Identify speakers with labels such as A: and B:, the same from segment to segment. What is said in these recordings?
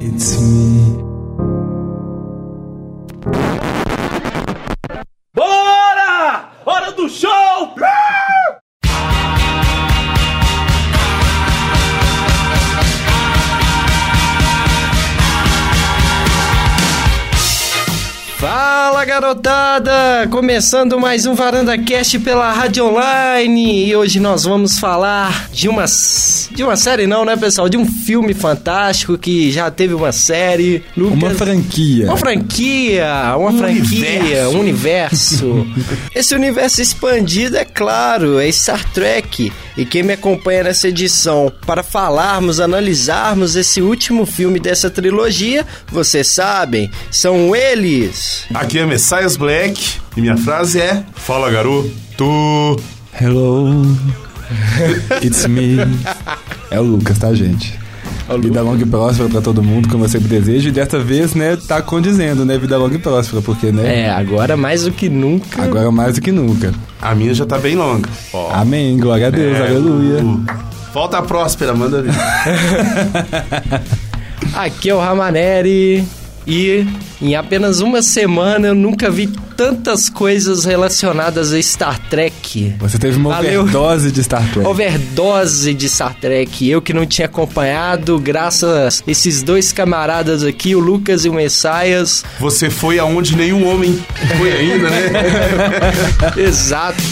A: It's me.
B: Bora! Hora do show!
C: Fala garotada! Começando mais um Varanda Cast pela Rádio Online e hoje nós vamos falar de uma de uma série não, né, pessoal? De um filme fantástico que já teve uma série. Lucas-
A: Uma franquia.
C: Uma franquia, uma franquia, um universo. Esse universo expandido, é claro, é Star Trek. E quem me acompanha nessa edição para falarmos, analisarmos esse último filme dessa trilogia, vocês sabem, são eles.
D: Aqui é Messias Black e minha frase é: Fala garoto.
A: Hello. It's me. É o Lucas, tá, gente? Vida longa e próspera pra todo mundo, como eu sempre desejo. E dessa vez, né, tá condizendo, né? Vida longa e próspera, porque, né?
C: É, agora mais do que nunca.
A: Agora é mais do que nunca.
D: A minha já tá bem longa. Ó.
A: Amém, glória a Deus, aleluia.
D: Volta próspera, manda ver.
C: Aqui é o Ramaneri e em apenas uma semana eu nunca vi tantas coisas relacionadas a Star Trek.
A: Você teve uma
C: Valeu.
A: overdose de Star Trek.
C: Overdose de Star Trek. Eu que não tinha acompanhado, graças a esses dois camaradas aqui, o Lucas e o Messias.
D: Você foi aonde nenhum homem foi ainda, né?
C: Exato.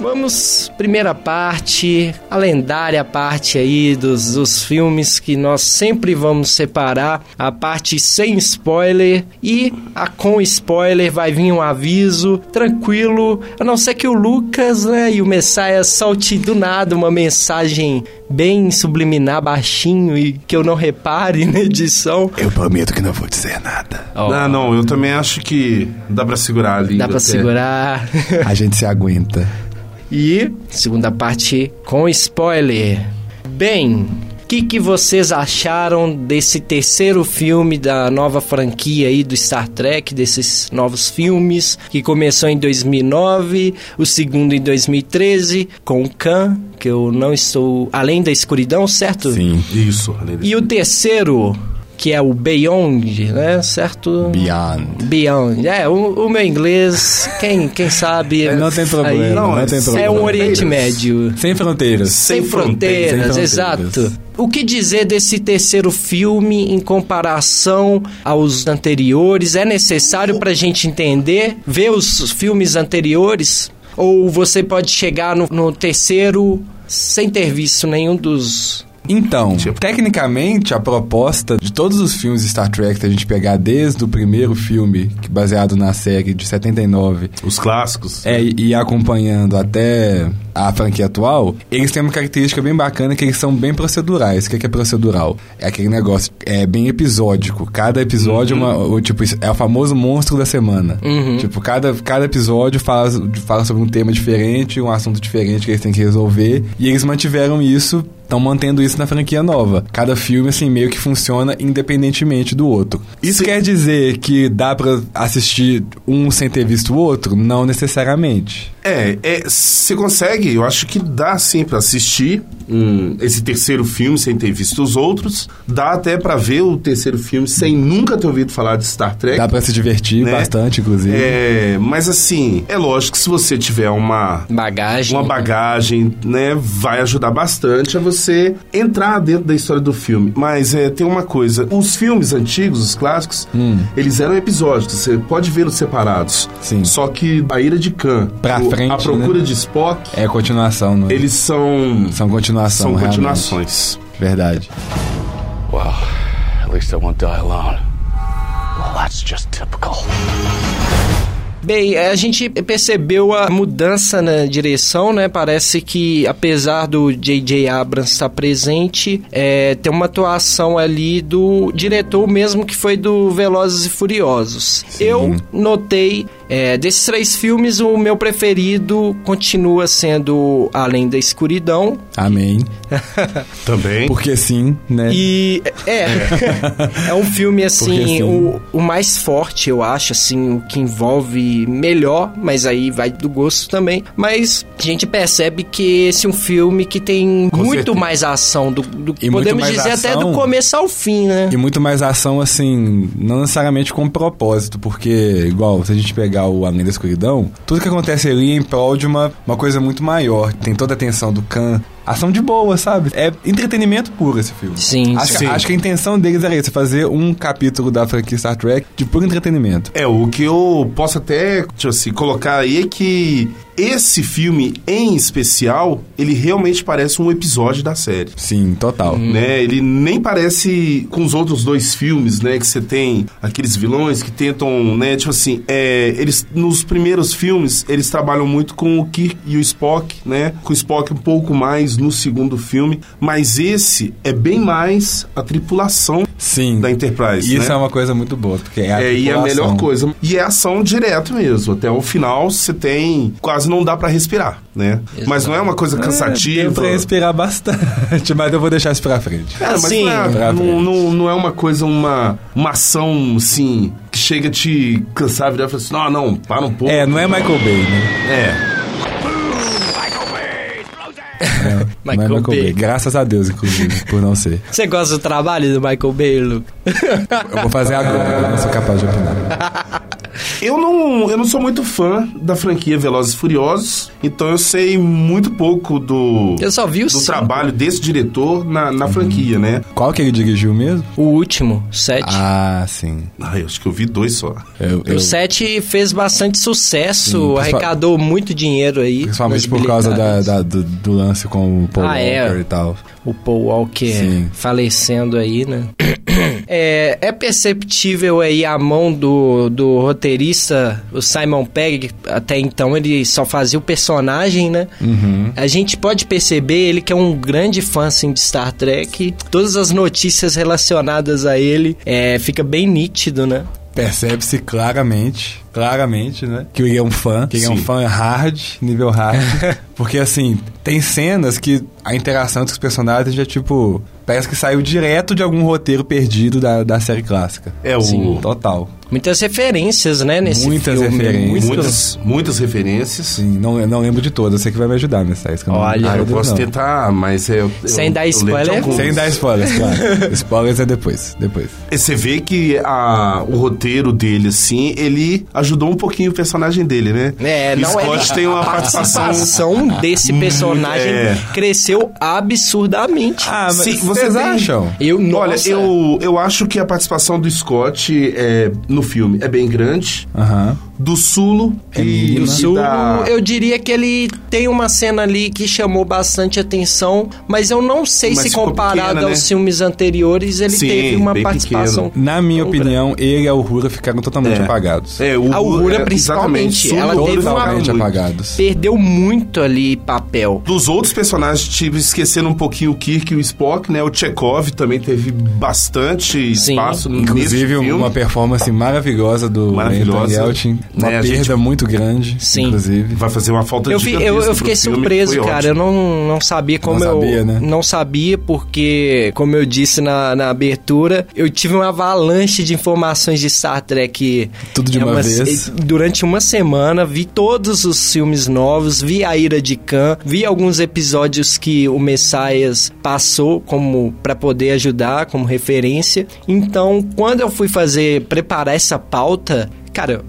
C: Vamos, primeira parte, a lendária parte aí dos, dos filmes que nós sempre vamos separar, a parte sem spoiler e a com spoiler vai vir um aviso, tranquilo, a não ser que o Lucas né, e o Messias salte do nada uma mensagem bem subliminar, baixinho e que eu não repare na edição.
A: Eu prometo que não vou dizer nada.
D: Não, não, eu também acho que dá pra segurar ali.
C: Dá pra segurar.
A: A gente se aguenta.
C: E segunda parte com spoiler. Bem, o que, que vocês acharam desse terceiro filme da nova franquia aí do Star Trek, desses novos filmes, que começou em 2009, o segundo em 2013, com o Khan, que eu não estou... Além da escuridão, certo?
A: Sim.
D: Isso, além disso.
C: E o terceiro, que é o Beyond, né, certo?
A: Beyond.
C: Beyond. É, o, o meu inglês, quem, quem sabe...
A: Não tem problema,
C: Aí-
A: não,
D: não,
A: tem
D: é
A: problema.
C: é um Oriente Médio.
A: Sem fronteiras.
C: Sem, fronteiras,
A: Sem fronteiras.
C: exato. O que dizer desse terceiro filme em comparação aos anteriores? É necessário pra gente entender, ver os filmes anteriores? Ou você pode chegar no, no terceiro sem ter visto nenhum dos.
A: Então, tecnicamente, a proposta de todos os filmes de Star Trek, se a gente pegar desde o primeiro filme, que baseado na série de 79,
D: Os clássicos.
A: é, e e acompanhando até a franquia atual, eles têm uma característica bem bacana que eles são bem procedurais. O que que é procedural? É aquele negócio, é bem episódico. Cada episódio é,
D: Uhum.
A: uma, o, tipo, é o famoso monstro da semana. Tipo, cada, cada episódio fala, fala sobre um tema diferente, um assunto diferente que eles têm que resolver. E eles mantiveram isso Estão mantendo isso na franquia nova. Cada filme, assim, meio que funciona independentemente do outro. Isso quer dizer que dá pra assistir um sem ter visto o outro? Não necessariamente.
D: É, é, você consegue, eu acho que dá sim pra assistir hum, esse terceiro filme sem ter visto os outros. Dá até pra ver o terceiro filme sem nunca ter ouvido falar de Star Trek.
A: Dá pra se divertir
D: Né?
A: bastante, inclusive.
D: É, mas assim, é lógico que se você tiver uma
C: Bagagem.
D: uma bagagem, né, vai ajudar bastante a você entrar dentro da história do filme. Mas é, tem uma coisa, os filmes antigos, os clássicos,
A: Hum.
D: eles eram episódicos, você pode vê-los separados.
A: Sim.
D: Só que a Ira de Khan,
A: Pra
D: o-
A: frente,
D: a procura
A: né?
D: de Spock,
A: É continuação, não é?
D: eles são
A: São continuação,
D: são
A: realmente.
D: continuações.
A: Verdade.
E: Well, at least I won't die alone. Well, that's just typical.
C: Bem, é, a gente percebeu a mudança na direção, né? Parece que, apesar do J.J. Abrams estar presente, é, tem uma atuação ali do diretor mesmo que foi do Velozes e Furiosos. Eu notei é, desses três filmes, o meu preferido continua sendo Além da Escuridão.
A: Amém.
D: Também.
A: Porque sim, né?
C: E é, é um filme assim,
A: Porque, assim-
C: O, o mais forte, eu acho, assim, o que envolve melhor, mas aí vai do gosto também. Mas a gente percebe que esse é um filme que tem
D: Com
C: muito
D: certeza.
C: mais ação do, do-
A: E muito
C: podemos
A: mais
C: dizer até do
A: ação.
C: começo ao fim, né?
A: E muito mais ação, assim, não necessariamente com propósito, porque, igual, se a gente pegar o Além da Escuridão, tudo que acontece ali é em prol de uma, uma coisa muito maior. Tem toda a tensão do Khan. Ação de boa, sabe? É entretenimento puro esse filme.
C: Sim,
A: acho, que-
D: sim.
A: acho que a intenção deles era isso, fazer um capítulo da franquia Star Trek de puro entretenimento.
D: É, o que eu posso até tipo assim, colocar aí é que esse filme em especial, ele realmente parece um episódio da série.
A: Sim, total.
D: Né? Ele nem parece com os outros dois filmes, né? Que você tem aqueles vilões que tentam, né? Tipo assim, é, eles nos primeiros filmes eles trabalham muito com o Kirk e o Spock, né? Com o Spock um pouco mais no segundo filme, mas esse é bem mais a tripulação
A: Sim.
D: da Enterprise.
A: Isso
D: né?
A: é uma coisa muito boa, porque é a
D: É, e é a
A: tripulação.
D: melhor coisa. E é ação direto mesmo. Até o final você tem. Quase não dá pra respirar, né? Mas não é uma coisa
A: É, deu
D: cansativa.
A: pra respirar bastante, mas eu vou deixar isso pra frente.
D: É, mas
C: Assim,
D: não, é,
A: pra
D: não,
A: frente.
D: não- não é uma coisa, uma, uma ação, assim, que chega a te cansar, virar e falar assim, não, não, para um pouco.
A: É, não é Michael Bay, né?
D: É.
A: Não é Michael, Bay. Graças a Deus, inclusive, por não ser.
C: Você gosta do trabalho do Michael Bay, Lu?
A: Eu vou fazer agora, eu não sou capaz de opinar.
D: Eu não, eu não sou muito fã da franquia Velozes e Furiosos, então eu sei muito pouco do,
C: Eu só vi o
D: do
C: cinco.
D: trabalho desse diretor na, na
A: Uhum.
D: franquia, né?
A: Qual que ele dirigiu mesmo?
C: O último, o 7.
A: Ah, sim.
D: Ah, eu acho que eu vi dois só.
A: Eu, eu-
C: O 7 fez bastante sucesso,
A: Sim, principal-
C: arrecadou muito dinheiro aí.
A: principalmente
C: nas
A: por causa da-
C: bilheterias.
A: da- do, do lance com o Paul
C: Ah, é.
A: Walker e tal.
C: o Paul Walker
A: Sim.
C: falecendo aí, né? É, é perceptível aí a mão do, do roteirista, o Simon Pegg, até então ele só fazia o personagem, né?
A: Uhum.
C: A gente pode perceber ele que é um grande fã assim, de Star Trek. Todas as notícias relacionadas a ele é, fica bem nítido, né?
A: Percebe-se claramente, claramente, né? Que ele é um fã, que ele é um
D: Sim.
A: fã hard, nível hard. porque, assim, tem cenas que a interação entre os personagens é tipo. Parece que saiu direto de algum roteiro perdido da, da série clássica.
D: É o-
A: Sim, total.
C: Muitas referências, né, nesse
A: Muitas
C: filme.
A: referências.
C: Muitas-
D: Muitas, muitas referências.
A: Sim, não, eu não lembro de todas. Você que vai me ajudar nessa. isso que não-
C: Olha,
D: Ah, eu
A: todas
D: posso
A: não.
D: tentar, mas é. eu-
C: Sem
D: eu-
C: dar
D: eu
C: spoiler?
D: lembro de alguns.
A: Sem dar spoilers, claro. spoilers é depois, depois.
D: E Você vê que a- o roteiro dele, assim, ele ajudou um pouquinho o personagem dele, né?
C: É,
D: o
C: não é-
D: Scott tem uma
C: a
D: participação.
C: participação desse personagem
D: é.
C: cresceu absurdamente.
A: Ah, mas
D: Sim,
A: vocês
D: você tem-
A: acham?
C: Eu não.
D: Olha, eu, eu acho que a participação do Scott é, no filme é bem grande.
A: Aham.
D: Do Sulo
A: É
D: e,
A: mínima.
D: e
C: O Sul,
D: da-
C: eu diria que ele tem uma cena ali que chamou bastante atenção, mas eu não sei
D: Mas
C: se
D: ficou
C: comparado
D: pequena, né?
C: aos filmes anteriores ele
D: Sim,
C: teve uma
D: bem
C: participação.
A: Na minha
C: Não,
A: opinião, ele e a Uhura ficaram totalmente
D: É.
A: apagados.
D: É, o
C: A Uhura, principalmente,
D: exatamente,
C: ela
D: Sulu
C: teve uma-
D: totalmente
A: totalmente
D: apagado.
A: apagados.
C: Perdeu muito ali papel.
D: Dos outros personagens, tive esquecendo um pouquinho o Kirk e o Spock, né? O Chekhov também teve bastante
C: Sim.
D: espaço no
A: Inclusive,
D: nesse filme.
A: uma performance maravilhosa do
D: Maravilhosa.
A: Anthony Yelchin. Uma
D: Né, a
A: perda
D: gente-
A: muito grande,
C: Sim.
A: inclusive.
D: Vai fazer uma falta
C: Eu,
D: de
C: fi- eu- eu fiquei surpreso, cara. Eu não, não sabia como
A: Não
C: eu.
A: sabia, né?
C: Não sabia, porque, como eu disse na, na abertura, eu tive uma avalanche de informações de Star Trek.
A: Tudo de
C: É
A: uma
C: se-
A: vez.
C: Durante uma semana, vi todos os filmes novos, vi A Ira de Khan, vi alguns episódios que o Messias passou como para poder ajudar, como referência. Então, quando eu fui fazer, preparar essa pauta, cara.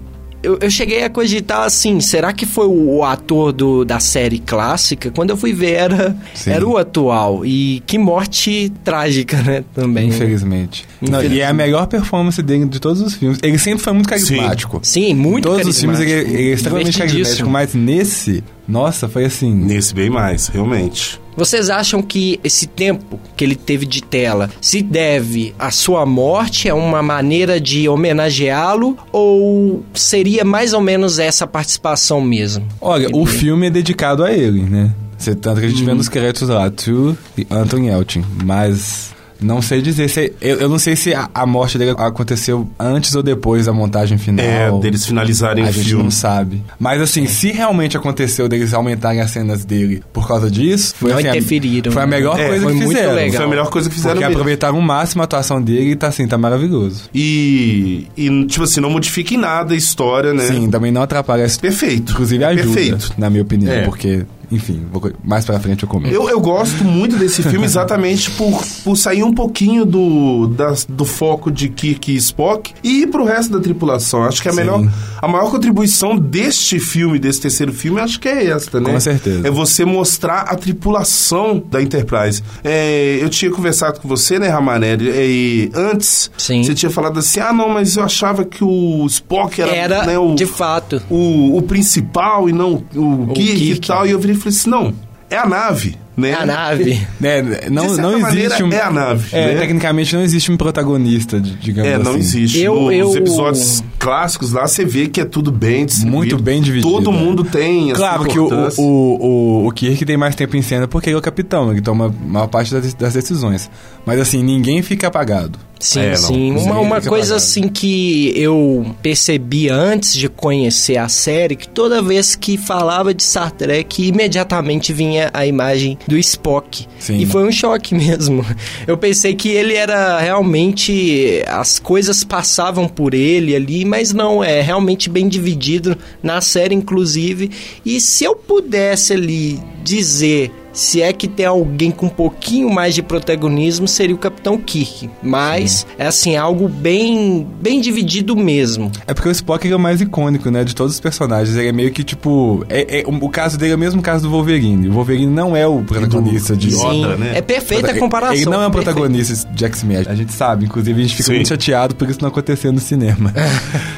C: Eu, eu cheguei a cogitar assim, será que foi o, o ator do, da série clássica? Quando eu fui ver, era,
A: Sim.
C: era o atual. E que morte trágica, né? Também.
A: Infelizmente. Não, e é a melhor performance dele de todos os filmes. Ele sempre foi muito carismático.
C: Sim, muito
A: Em todos os filmes
C: carismático,
A: ele, ele é extremamente
C: divertidíssimo.
A: carismático, mas nesse Nossa, foi assim.
D: Nesse bem mais, realmente.
C: Vocês acham que esse tempo que ele teve de tela se deve à sua morte? É uma maneira de homenageá-lo? Ou seria mais ou menos essa participação mesmo?
A: Olha, o filme é dedicado a ele, né? Você- Tanto que a gente
C: Uhum.
A: vê nos créditos lá, to Anton Yelchin. Mas não sei dizer. Se, eu, eu não sei se a, a morte dele aconteceu antes ou depois da montagem final.
D: É, deles finalizarem
A: A
D: o
A: gente
D: filme.
A: não sabe. Mas
C: É.
A: assim, se realmente aconteceu deles aumentarem as cenas dele por causa disso, foi
C: Não
A: assim, a-
C: interferiram,
A: Foi a
C: né?
A: melhor
D: É,
A: coisa
C: foi
A: que
C: muito
A: fizeram.
C: legal.
D: Foi a melhor coisa que fizeram
A: Porque
D: mesmo.
A: aproveitaram o máximo a atuação dele e tá assim, tá maravilhoso.
D: E, e, tipo assim, não modifica em nada a história, né?
A: Sim, também não atrapalha. as-
D: Perfeito.
A: Inclusive ajuda,
D: Perfeito.
A: na minha opinião,
D: É.
A: porque, enfim, vou co- mais pra frente eu comento.
D: Eu, eu gosto muito desse filme exatamente por, por sair um pouquinho do, das- do foco de Kirk e Spock e ir pro resto da tripulação. Acho que é a
A: Sim.
D: melhor. A maior contribuição deste filme, desse terceiro filme, acho que é esta, né?
A: Com certeza.
D: É você mostrar a tripulação da Enterprise. É, eu tinha conversado com você, né, Ramanelli? É, e antes,
C: Sim.
D: você tinha falado assim: ah, não, mas eu achava que o Spock era,
C: Era,
D: né, o,
C: de fato.
D: o, o principal e não o,
C: O
D: Kirk e
C: Kirk.
D: tal. E eu virei e falei assim: não, é a nave, né?
C: A nave.
A: É,
D: De
A: não,
D: certa
A: não existe
D: maneira,
A: um.
D: é a nave,
A: É,
D: né?
A: tecnicamente não existe um protagonista, de- digamos
D: É,
A: assim.
D: não existe.
C: Eu-
D: No-
C: eu-
D: Nos episódios clássicos lá, você vê que é tudo bem distribuído.
A: Muito bem dividido,
D: Todo
A: né?
D: mundo tem essa
A: Claro que o,
D: importância.
A: o, o, o Kirk tem mais tempo em cena porque ele é o capitão, ele toma a maior parte das, das decisões. Mas assim, ninguém fica apagado.
C: Sim,
D: É, não,
C: sim.
A: não
C: Uma,
A: sei,
C: uma
A: fica
C: coisa
A: apagado.
C: assim que eu percebi antes de conhecer a série, que toda vez que falava de Star Trek, imediatamente vinha a imagem do Spock.
A: Sim.
C: E foi um choque mesmo. Eu pensei que ele era realmente. As coisas passavam por ele ali, mas não, é realmente bem dividido na série, inclusive. E se eu pudesse ali dizer se é que tem alguém com um pouquinho mais de protagonismo, seria o Capitão Kirk. Mas é assim, algo bem bem dividido mesmo.
A: É porque o Spock ele é o mais icônico, né? De todos os personagens. Ele é meio que tipo. É, é- o caso dele é o mesmo caso do Wolverine. O Wolverine não é o protagonista de.
D: Sim. Yoda, né?
C: É perfeita a
A: Ele-
C: comparação.
A: Ele não é o
C: perfeita.
A: protagonista de X-Men. A gente sabe, inclusive a gente fica
D: Sim.
A: muito chateado por isso não acontecer no cinema.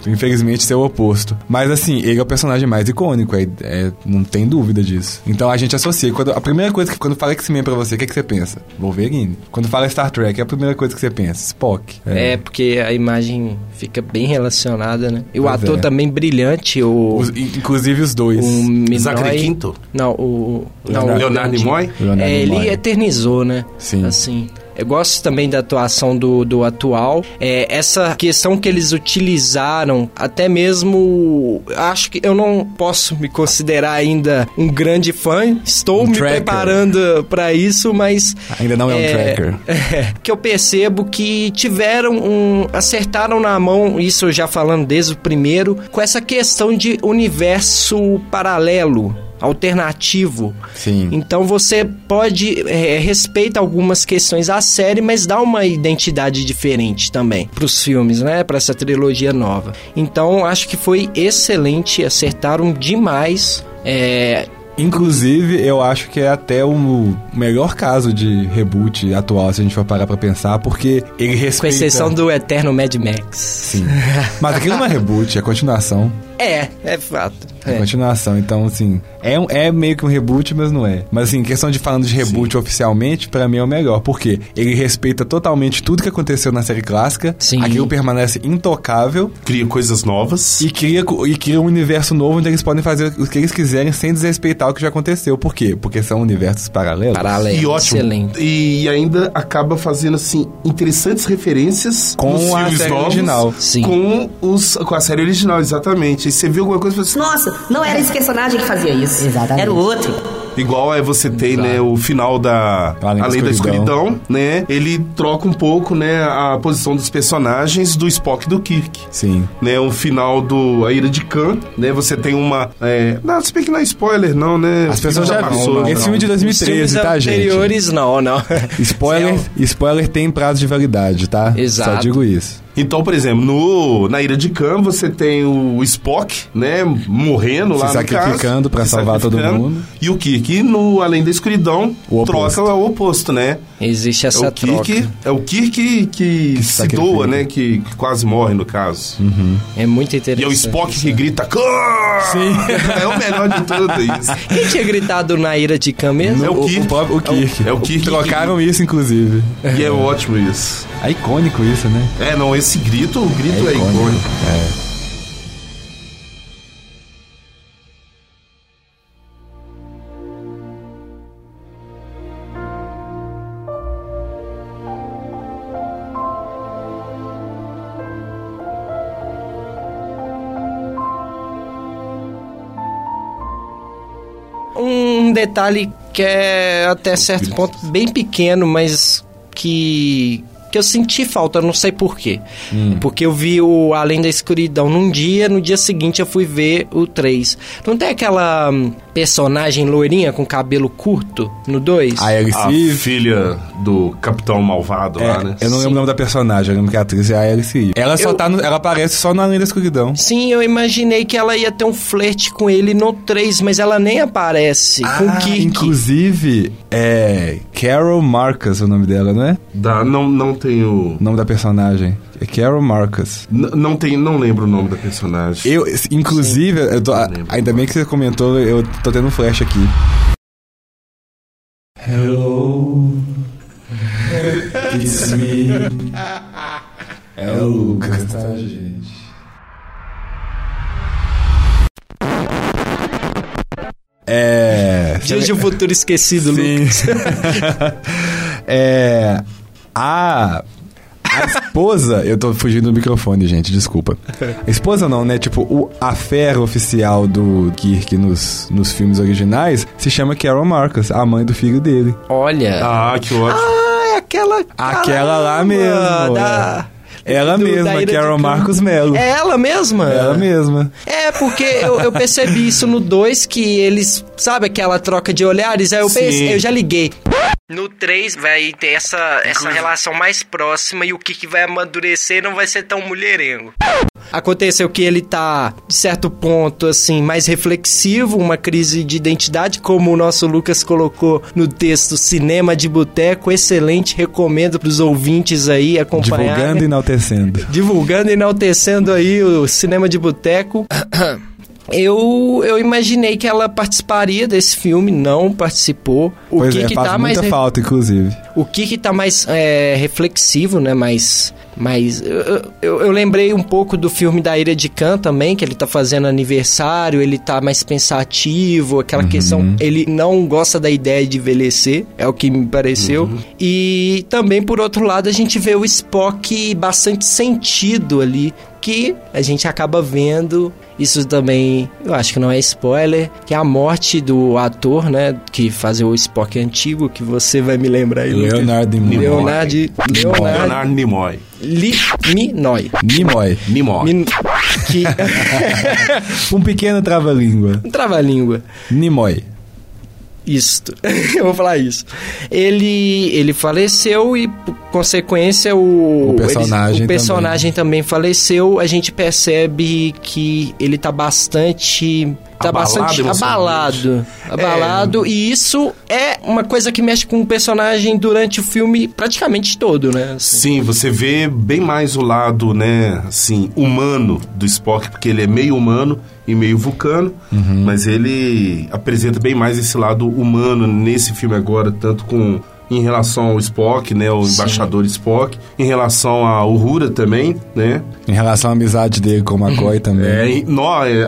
A: Infelizmente, isso é o oposto. Mas assim, ele é o personagem mais icônico, é, é- não tem dúvida disso. Então a gente associa. Quando, a primeira coisa que quando fala X-Men pra você, o que, que você pensa? Wolverine. Quando fala Star Trek, é a primeira coisa que você pensa, Spock.
C: É. porque a imagem fica bem relacionada, né? E o
A: Pois
C: ator
A: é.
C: também brilhante, o.
A: Os- in- inclusive os dois.
C: o Minimoy-
D: Zachary Quinto?
C: Um Não, o. o- Não,
A: Leonardo-
C: o-
D: Leonardo Nimoy?
A: Leonardo
C: é, ele
A: Nimoy.
C: eternizou, né?
A: Sim.
C: Assim. Eu gosto também da atuação do, do atual. É, essa questão que eles utilizaram, até mesmo. Acho que eu não posso me considerar ainda um grande fã. Estou
A: Um
C: me
A: tracker.
C: preparando pra isso, mas
A: Ainda não é um tracker.
C: É, que eu percebo que tiveram um. acertaram na mão, isso eu já falando desde o primeiro, com essa questão de universo paralelo, alternativo.
A: Sim.
C: Então você pode. É, respeita algumas questões à série, mas dá uma identidade diferente também pros filmes, né? Pra essa trilogia nova. Então acho que foi excelente, acertaram demais. É,
A: Inclusive, eu acho que é até o melhor caso de reboot atual, se a gente for parar pra pensar, porque ele respeita...
C: com exceção do Eterno Mad Max.
A: Sim. Mas aquilo não é reboot, é continuação.
C: É, é fato.
A: É,
C: É.
A: continuação. Então, assim, é, um- é meio que um reboot, mas não é. Mas, assim, questão de falando de reboot oficialmente, pra mim é o melhor. porque Ele respeita totalmente tudo que aconteceu na série clássica.
C: Sim.
A: Aquilo permanece intocável
D: Cria coisas novas.
A: e cria, co- e cria um universo novo onde eles podem fazer o que eles quiserem sem desrespeitar o que já aconteceu. Por quê? Porque são universos paralelos.
C: Paralelo.
D: E ótimo.
C: Excelente.
D: E ainda acaba fazendo, assim, interessantes referências
A: Com
D: nos
A: a
D: filmes
A: série
D: novos,
A: original.
C: Sim.
D: Com, os, com a série original, exatamente. Aí você viu alguma coisa e fala assim,
E: Nossa, não era esse personagem que fazia isso.
F: Exatamente.
E: Era o outro.
D: Igual é você tem, né, o final da
A: Além
D: Além,
A: da
D: da,
A: Escuridão.
D: escuridão. né? Ele troca um pouco, né, a posição dos personagens do Spock e do Kirk.
A: Sim.
D: Né, o final do A Ira de Khan, né? Você tem uma. É, não, se bem que não é spoiler, não, né?
A: As
D: O filme
A: pessoas já
D: passou,
A: viram. né? Esse
D: não.
A: filme é de
C: Os filmes
A: 2013, tá, gente?
C: anteriores, não, não.
A: Spoiler, spoiler tem prazo de validade, tá?
C: Exato.
A: Só digo isso.
D: Então, por exemplo, no, na Ilha de Khan você tem o Spock, né, morrendo
A: Se
D: lá no caso.
A: sacrificando pra
D: se
A: salvar todo
D: sacrificando.
A: mundo.
D: E o Kirk, no Além da Escuridão,
A: O oposto.
D: troca o oposto, né?
C: Existe
D: É
C: essa
D: o Kirk,
C: troca.
D: é o Kirk que, que se
A: sacrifica.
D: doa, né? Que, que quase morre, no caso.
C: É muito
D: E é
C: interessante.
D: o Spock que grita Khan!
A: Sim.
D: É o melhor de tudo isso.
C: Quem tinha gritado na ira de Khan mesmo?
D: É o
A: o,
D: Kirk.
A: próprio- o Kirk.
D: É o Kirk.
A: Trocaram isso, inclusive.
D: E é ótimo isso.
A: É icônico isso, né?
D: É, não, esse grito, o grito
A: É
D: é
A: icônico.
D: icônico.
C: Um detalhe que é até certo ponto bem pequeno, mas que que eu senti falta, eu não sei porquê.
D: Hum.
C: Porque eu vi o Além da Escuridão num dia, no dia seguinte eu fui ver o 3. Não tem aquela hum, personagem loirinha com cabelo curto no
D: Ah,
C: 2?
A: A
D: A
A: Alice
D: filha do Capitão Malvado
A: É,
D: lá, né?
A: eu não lembro o nome da personagem, eu lembro que a atriz é a Alice Eve. Ela só tá no- ela aparece só na Além da Escuridão.
C: Sim, eu imaginei que ela ia ter um flerte com ele no 3, mas ela nem aparece com o
A: Ah,
C: Kirk.
A: Inclusive, é Carol Marcus o nome dela, não é?
D: Dá, não, não tenho.
A: O nome da personagem. É Carol Marcus.
D: n- Não tenho, não lembro o nome da personagem.
A: Eu, inclusive, eu tô- a-
D: lembro.
A: ainda bem que você comentou, eu tô tendo um flash aqui. Hello. It's me. É o Lucas, tá, gente? É.
C: Dias de um futuro esquecido, Lucas.
A: Sim. é. A. A esposa. Eu tô fugindo do microfone, gente, desculpa. A esposa não, né? Tipo, o, a fera oficial do Kirk nos, nos filmes originais se chama Carol Marcus, a mãe do filho dele.
C: Olha.
D: Ah, que ótimo.
C: Ah, é aquela.
A: Aquela lá
C: caramba,
A: mesmo,
C: da-
A: Ela
C: do- da
A: mesma,
C: Ira de
A: Carol
C: Cã.
A: Marcos Mello.
C: É ela mesma?
A: Ela mesma.
C: É, porque eu, eu percebi isso no 2, que eles. Sabe aquela troca de olhares? Aí eu,
D: Sim.
C: pensei, eu já liguei. No 3 vai ter essa, essa relação mais próxima e o que, que vai amadurecer não vai ser tão mulherengo. Aconteceu que ele tá, de certo ponto, assim, mais reflexivo, uma crise de identidade, como o nosso Lucas colocou no texto Cinema de Boteco. Excelente, recomendo pros ouvintes aí acompanhar.
A: Divulgando e enaltecendo.
C: divulgando e enaltecendo aí o cinema de boteco. Eu, eu imaginei que ela participaria desse filme, não participou. O
A: pois
C: que
A: é,
C: que
A: faz
C: tá mais
A: muita
C: re-
A: falta, inclusive.
C: o que que tá mais é, reflexivo, né? Mais, mais eu, eu, eu lembrei um pouco do filme da Ilha de Khan também, que ele tá fazendo aniversário, ele tá mais pensativo, aquela questão, ele não gosta da ideia de envelhecer, é o que me pareceu. E também por outro lado a gente vê o Spock bastante sentido ali. Que a gente acaba vendo, isso também eu acho que não é spoiler, que é a morte do ator, né? Que fazia o Spock antigo, que você vai me lembrar aí, Lucas.
A: Ah, Leonardo Nimoy.
C: Leonardo. Leonardo.
D: Leonardo Nimoy.
C: Li, Minói.
A: Nimoy.
D: Nimoy.
C: Min, que.
A: Um pequeno trava-língua.
C: Trava-língua.
A: Nimoy.
C: Isto. eu vou falar isso. Ele, ele faleceu e, por consequência, o,
A: O personagem
C: eles- o
A: também.
C: personagem também. faleceu. A gente percebe que ele tá bastante. Tá
D: Abalado
C: bastante
D: emocionalmente. É.
C: abalado. Abalado. E isso é uma coisa que mexe com o personagem durante o filme praticamente todo, né? Assim.
D: Sim, você vê bem mais o lado, né, assim, humano do Spock, porque ele é meio humano e meio vulcano,
A: Uhum.
D: mas ele apresenta bem mais esse lado humano nesse filme agora, tanto com em relação ao Spock, né, o embaixador Spock, em relação a Uhura também, né?
A: Em relação à amizade dele com o McCoy também.
D: É, e- nó, é, a
A: Que é,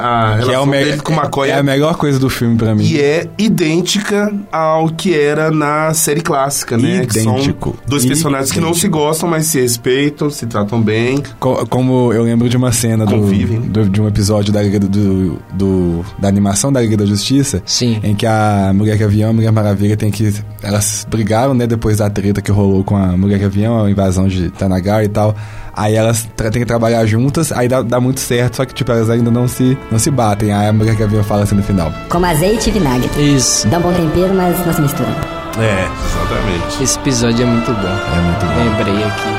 D: relação
A: o me-
D: dele com o McCoy
A: é a melhor coisa do filme pra mim.
D: E é idêntica ao que era na série clássica, né? Que são
A: Idêntico.
D: dois personagens que não se gostam, mas se respeitam, se tratam bem.
A: Co- Como eu lembro de uma cena do,
D: Convivem.
A: do- de um episódio da, Liga do, do- do- da animação da Liga da Justiça,
C: Sim.
A: em que a Mulher que Avião e a Mulher Maravilha tem que. Elas brigaram, né, depois da treta que rolou com a Mulher que Avião, a invasão de Tanagar e tal. Aí elas tra- têm que trabalhar juntas, aí dá, dá muito certo, só que tipo, elas ainda não se, não se batem. Aí a Mulher que Avião fala assim no final.
F: Como azeite e vinagre.
C: Isso.
F: Dá um bom tempero, mas não se mistura.
D: É, exatamente.
C: Esse episódio é muito bom.
A: É muito bom.
C: Lembrei aqui.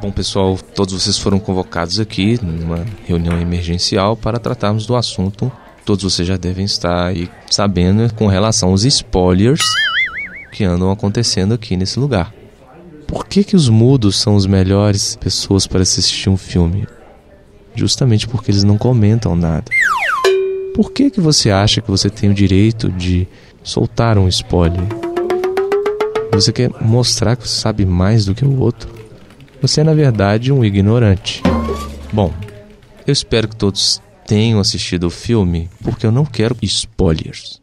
G: Bom, pessoal, todos vocês foram convocados aqui numa reunião emergencial para tratarmos do assunto. Todos vocês já devem estar aí sabendo né, com relação aos spoilers que andam acontecendo aqui nesse lugar. Por que, que os mudos são os melhores pessoas para se assistir um filme? Justamente porque eles não comentam nada. Por que, que você acha que você tem o direito de soltar um spoiler? Você quer mostrar que você sabe mais do que o outro? Você é, na verdade, um ignorante. Bom, eu espero que todos tenham assistido o filme, porque eu não quero spoilers.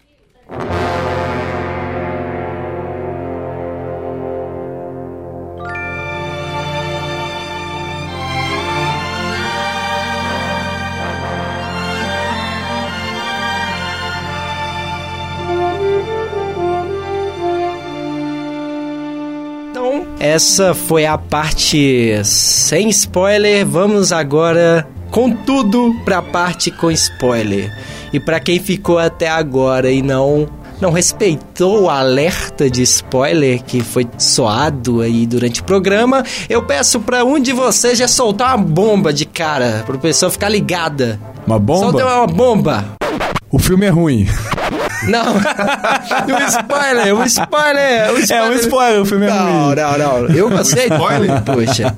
C: Então, essa foi a parte sem spoiler. Vamos agora com tudo para a parte com spoiler. E para quem ficou até agora e não não respeitou o alerta de spoiler que foi soado aí durante o programa, eu peço para um de vocês já soltar uma bomba de cara, pro pessoal ficar ligada.
A: Uma
C: Solta
A: bomba?
C: uma bomba.
A: O filme é ruim.
C: Não. um spoiler, um spoiler, um
A: É
C: spoiler.
A: um spoiler, o filme é
C: Não,
A: ruim.
C: não, não. Eu gostei do
D: Spoiler?
C: filme, poxa.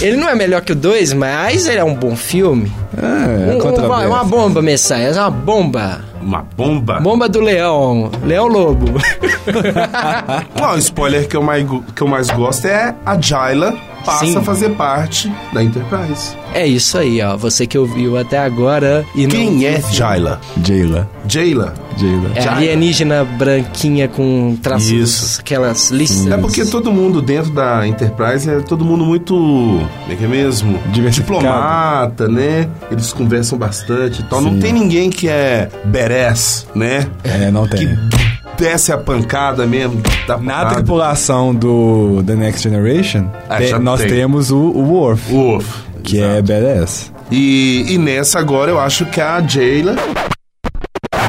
C: Ele não é melhor que o 2, mas ele é um bom filme.
A: É,
C: Um- um-
A: controverso.
C: uma bomba, Messias, é uma bomba.
D: Uma bomba?
C: Bomba do leão. Leão lobo.
D: Bom, o spoiler que eu, mais, go- que eu mais gosto é a Jaila passa
C: Sim.
D: a fazer parte da Enterprise.
C: é isso aí, ó. Você que ouviu até agora e não
D: Quem
C: viu o
D: é
C: filme.
D: Jaila?
A: Jayla.
D: Jaila.
A: Jayla.
C: É
D: Jaina?
C: alienígena branquinha com traços,
D: Isso.
C: aquelas listas.
D: É porque todo mundo dentro da Enterprise é todo mundo muito. Como é que é mesmo?
A: Diversificado.
D: Diplomata, né? Eles conversam bastante e tal. Não tem ninguém que é badass, né?
A: É, não tem.
D: Que desce a pancada mesmo. dá
A: Na
D: pancada.
A: tripulação do The Next Generation,
D: Ah,
A: te-
D: já
A: nós
D: tem.
A: temos o, o Worf,
D: Uf.
A: que é badass.
D: E, e nessa agora eu acho que a Jayla.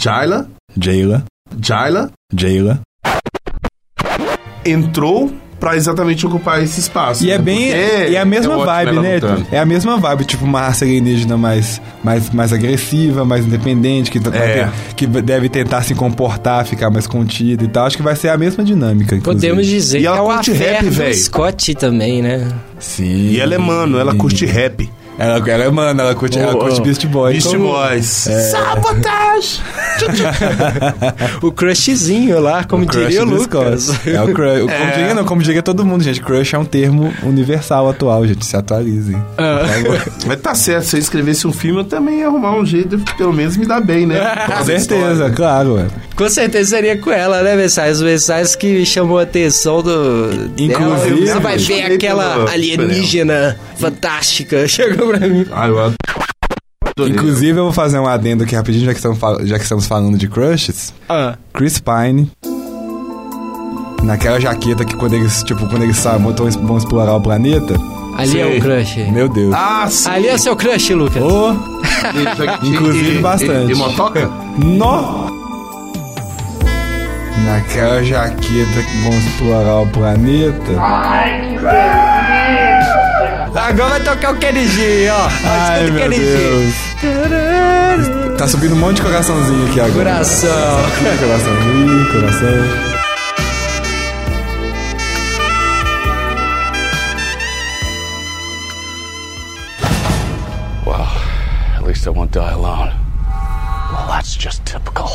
D: Jayla?
A: Jayla,
D: Jayla
A: Jayla.
D: entrou pra exatamente ocupar esse espaço.
A: E é
D: né?
A: bem.
D: Porque
A: E é a mesma
D: ótimo
A: vibe,
D: ela
A: né?
D: lutando.
A: É a mesma vibe, tipo uma raça alienígena mais, mais, mais agressiva, mais independente, que, vai
D: É.
A: ter- que deve tentar se comportar, ficar mais contida e tal. Acho que vai ser a mesma dinâmica. inclusive.
C: Podemos dizer
D: E
C: que
D: ela
C: é o
D: curte
C: affair
D: rap,
C: do
D: véi.
C: Scott também, né?
A: Sim.
D: E ela é mano, ela curte rap.
A: Ela, ela é mano, ela curte, ela
C: Oh,
A: curte
C: oh.
A: Beast Boy.
D: Beast
A: Como- É.
D: Boys.
C: O crushzinho lá, como
A: Crush
C: diria o
A: do
C: Lucas.
A: Scott. É o crush. Como, diria, não, como diria todo mundo, gente. Crush é um termo universal atual, gente. Se atualizem.
C: Ah,
D: Mas tá certo, se eu escrevesse um filme, eu também ia arrumar um jeito, de pelo menos me dar bem, né?
A: Com certeza, claro. ué.
C: Com certeza seria com ela, né, Messias? O Messias que chamou a atenção do.
A: Inclusive-
C: dela. Você vai
D: Eu
C: ver
D: falei
C: aquela
D: pelo-
C: alienígena fantástica. Chegou pra mim.
D: Ah, eu adorei.
A: Inclusive, eu vou fazer um adendo aqui rapidinho, já que estamos, fal- já que estamos falando de crushes.
C: Ah,
A: Chris Pine. Naquela jaqueta que quando eles, tipo, quando eles sabem, vão, vão explorar o planeta.
C: ali é
D: Sim.
C: o crush.
A: Meu Deus.
D: Ah, sim.
C: Ali é o seu crush, Lucas.
A: Ô, Inclusive
D: E- e-
A: bastante.
D: E, e motoca?
A: nó! Naquela jaqueta que vão explorar o planeta.
C: Agora vai tocar o Kenny G, ó. Ó,
A: Ai,
C: escuta o
A: meu
C: Kenny
A: Deus.
C: G.
A: Tá subindo um monte de coraçãozinho aqui agora.
C: Coração.
A: Coraçãozinho, coração.
B: At least I won't die alone. Well, that's just typical.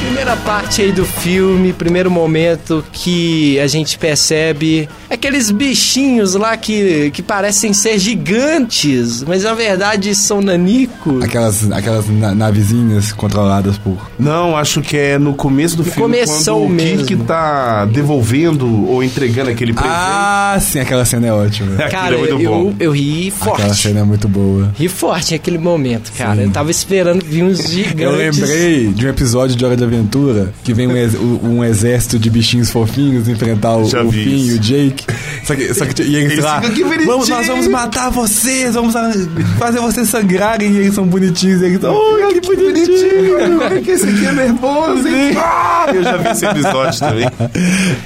C: Primeira primeira parte aí do filme, primeiro momento que a gente percebe aqueles bichinhos lá que, que parecem ser gigantes, mas na verdade são nanicos.
A: Aquelas, aquelas na- navezinhas controladas por.
D: Não, acho que é no começo do filme,
C: começão
D: quando o
C: mesmo.
D: Kirk tá devolvendo ou entregando aquele presente.
A: Ah, sim, aquela cena é ótima.
D: Aquilo
C: Cara,
D: é muito
C: eu,
D: bom.
C: eu ri
A: Aquela
C: forte.
A: cena é muito boa.
C: Ri forte naquele momento, cara. Eu tava esperando vir uns gigantes.
A: Eu lembrei de um episódio de Hora de Aventura que vem um, ex- o- um exército de bichinhos fofinhos enfrentar o,
D: Já
A: o
D: vi
A: Finn e
D: isso.
A: o Jake. Só que, só que e eles,
D: Eles
A: lá,
D: ficam, "Que bonitinho!"
A: vamos, nós vamos matar vocês, vamos a- fazer vocês sangrarem e eles são bonitinhos. E eles são, oh, que, bonitinho!
D: Como é que esse aqui é nervoso, hein? Ah, eu já vi esse episódio também.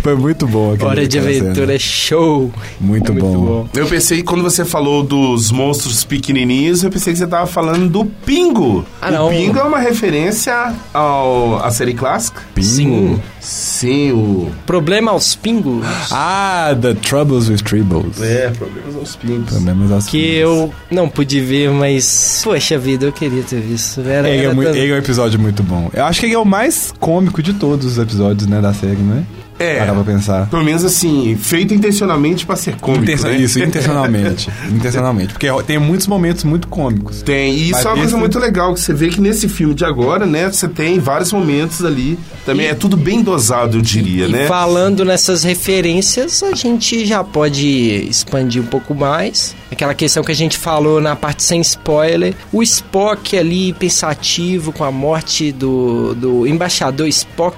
A: Foi muito bom aquele
C: Hora de
A: aquela cena.
C: aventura é show.
A: Muito,
C: Muito
A: bom.
C: bom.
D: Eu pensei, quando você falou dos monstros pequenininhos, eu pensei que você tava falando do Pingo.
C: Ah, não.
D: O Pingo é uma referência ao, à série clássica?
C: Sim.
D: Sim, o...
C: Problema aos pingos.
A: Ah, The Troubles with Tribbles. é
D: É, problemas aos pingos.
A: Problemas aos
C: Que eu não pude ver, mas. Poxa vida, eu queria ter visto. Era,
A: Ele é,
C: era
A: muito-
C: tão-
A: ele é um episódio muito bom. Eu acho que ele é o mais cômico de todos os episódios, né, da série, né?
D: É.
A: Parar pra pensar.
D: Pelo menos assim, feito intencionalmente pra ser cômico,
A: Intencio-
D: né?
A: Isso, intencionalmente. intencionalmente. Porque é, tem muitos momentos muito cômicos.
D: Tem, e isso
A: Mas
D: é uma coisa
A: esse-
D: muito legal, que você vê que nesse filme de agora, né, você tem vários momentos ali, também é tudo bem dosado, eu diria,
C: E
D: né?
C: falando nessas referências, a gente já pode expandir um pouco mais. Aquela questão que a gente falou na parte sem spoiler. O Spock ali pensativo com a morte do, do embaixador Spock.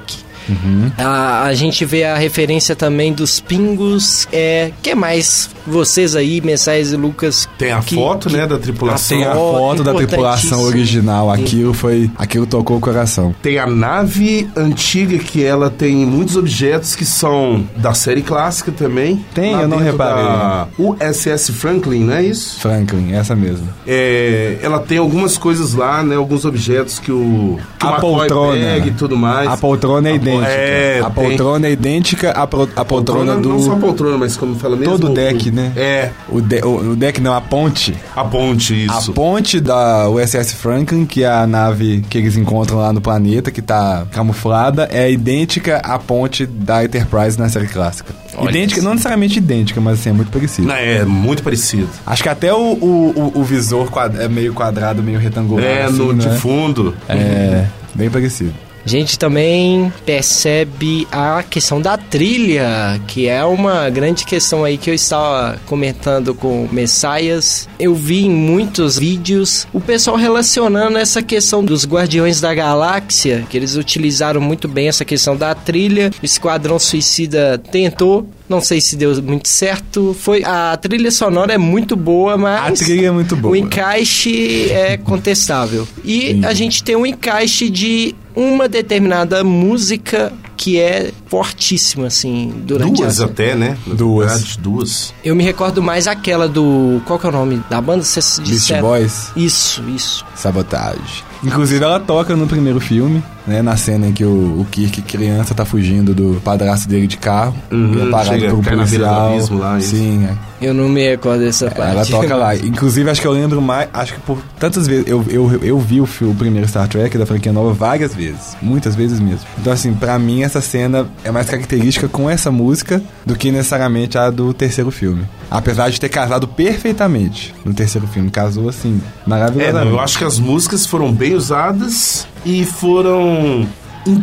D: Uhum.
C: A, a gente vê a referência também dos pingos. É, que mais vocês aí, Messias e Lucas?
D: Tem a
C: que-
D: foto,
C: que-
D: né, da tripulação.
A: Tem a
C: Oh,
A: foto da tripulação
C: importantíssimo.
A: original. Aquilo foi. Aquilo tocou o coração.
D: Tem a nave antiga que ela tem muitos objetos que são da série clássica também.
A: Tem,
D: Lá
A: eu não
D: dentro
A: reparei. né?
D: Da USS Franklin, não é isso?
A: Franklin, essa mesmo.
D: É, ela tem algumas coisas lá, né? Alguns objetos que o que o
A: A
D: McCoy
A: poltrona.
D: pega e tudo mais.
A: A poltrona é
D: A po-
A: idêntica.
D: É,
A: a
D: tem.
A: poltrona é idêntica à, pro- à poltrona,
D: não só a
A: do.
D: poltrona, mas como fala mesmo.
A: Todo o deck, né?
D: É,
A: O, de- o- o deck não, a ponte.
D: a ponte, isso.
A: A ponte da USS Franklin, que é a nave que eles encontram lá no planeta, que tá camuflada, é idêntica à ponte da Enterprise na série clássica. idêntica, não necessariamente idêntica, mas assim, é muito parecida.
D: Não, É, muito parecido.
A: Acho que até o, o, o- o visor quad- é meio quadrado, meio retangular.
D: É,
A: assim,
D: no,
A: né?
D: de fundo.
A: É, bem parecido.
C: A gente também percebe a questão da trilha, que é uma grande questão aí que eu estava comentando com o Messias. Eu vi em muitos vídeos o pessoal relacionando essa questão dos Guardiões da Galáxia, que eles utilizaram muito bem essa questão da trilha. O Esquadrão Suicida tentou, não sei se deu muito certo. Foi a trilha sonora é muito boa, mas
A: A trilha é muito boa.
C: O encaixe é contestável. E a gente tem um encaixe de uma determinada música que é fortíssima, assim, durante
D: Duas
C: a...
D: até, né? Na
A: Duas.
D: verdade, duas.
C: Eu me recordo mais aquela do... Qual que é o nome da banda? Vocês
A: Beast
C: disseram?
A: Boys,
C: Isso, isso.
A: sabotagem. Inclusive, ela toca no primeiro filme, né? Na cena em que o, o Kirk, criança, tá fugindo do padrasto dele de carro.
D: Uhum,
A: e é parado
D: chega,
A: por um
D: cai na beira do
A: policial.
D: abismo lá, isso.
A: Sim, é.
C: Eu não me recordo dessa parte.
A: Ela toca lá. Inclusive, acho que eu lembro mais. Acho que por tantas vezes. Eu, eu, eu vi o, fi- o primeiro Star Trek da franquia nova várias vezes. Muitas vezes mesmo. Então, assim, pra mim, essa cena é mais característica com essa música do que necessariamente a do terceiro filme. Apesar de ter casado perfeitamente no terceiro filme. Casou, assim,
D: É, não,
A: maravilhosamente.
D: eu acho que as músicas foram bem usadas e foram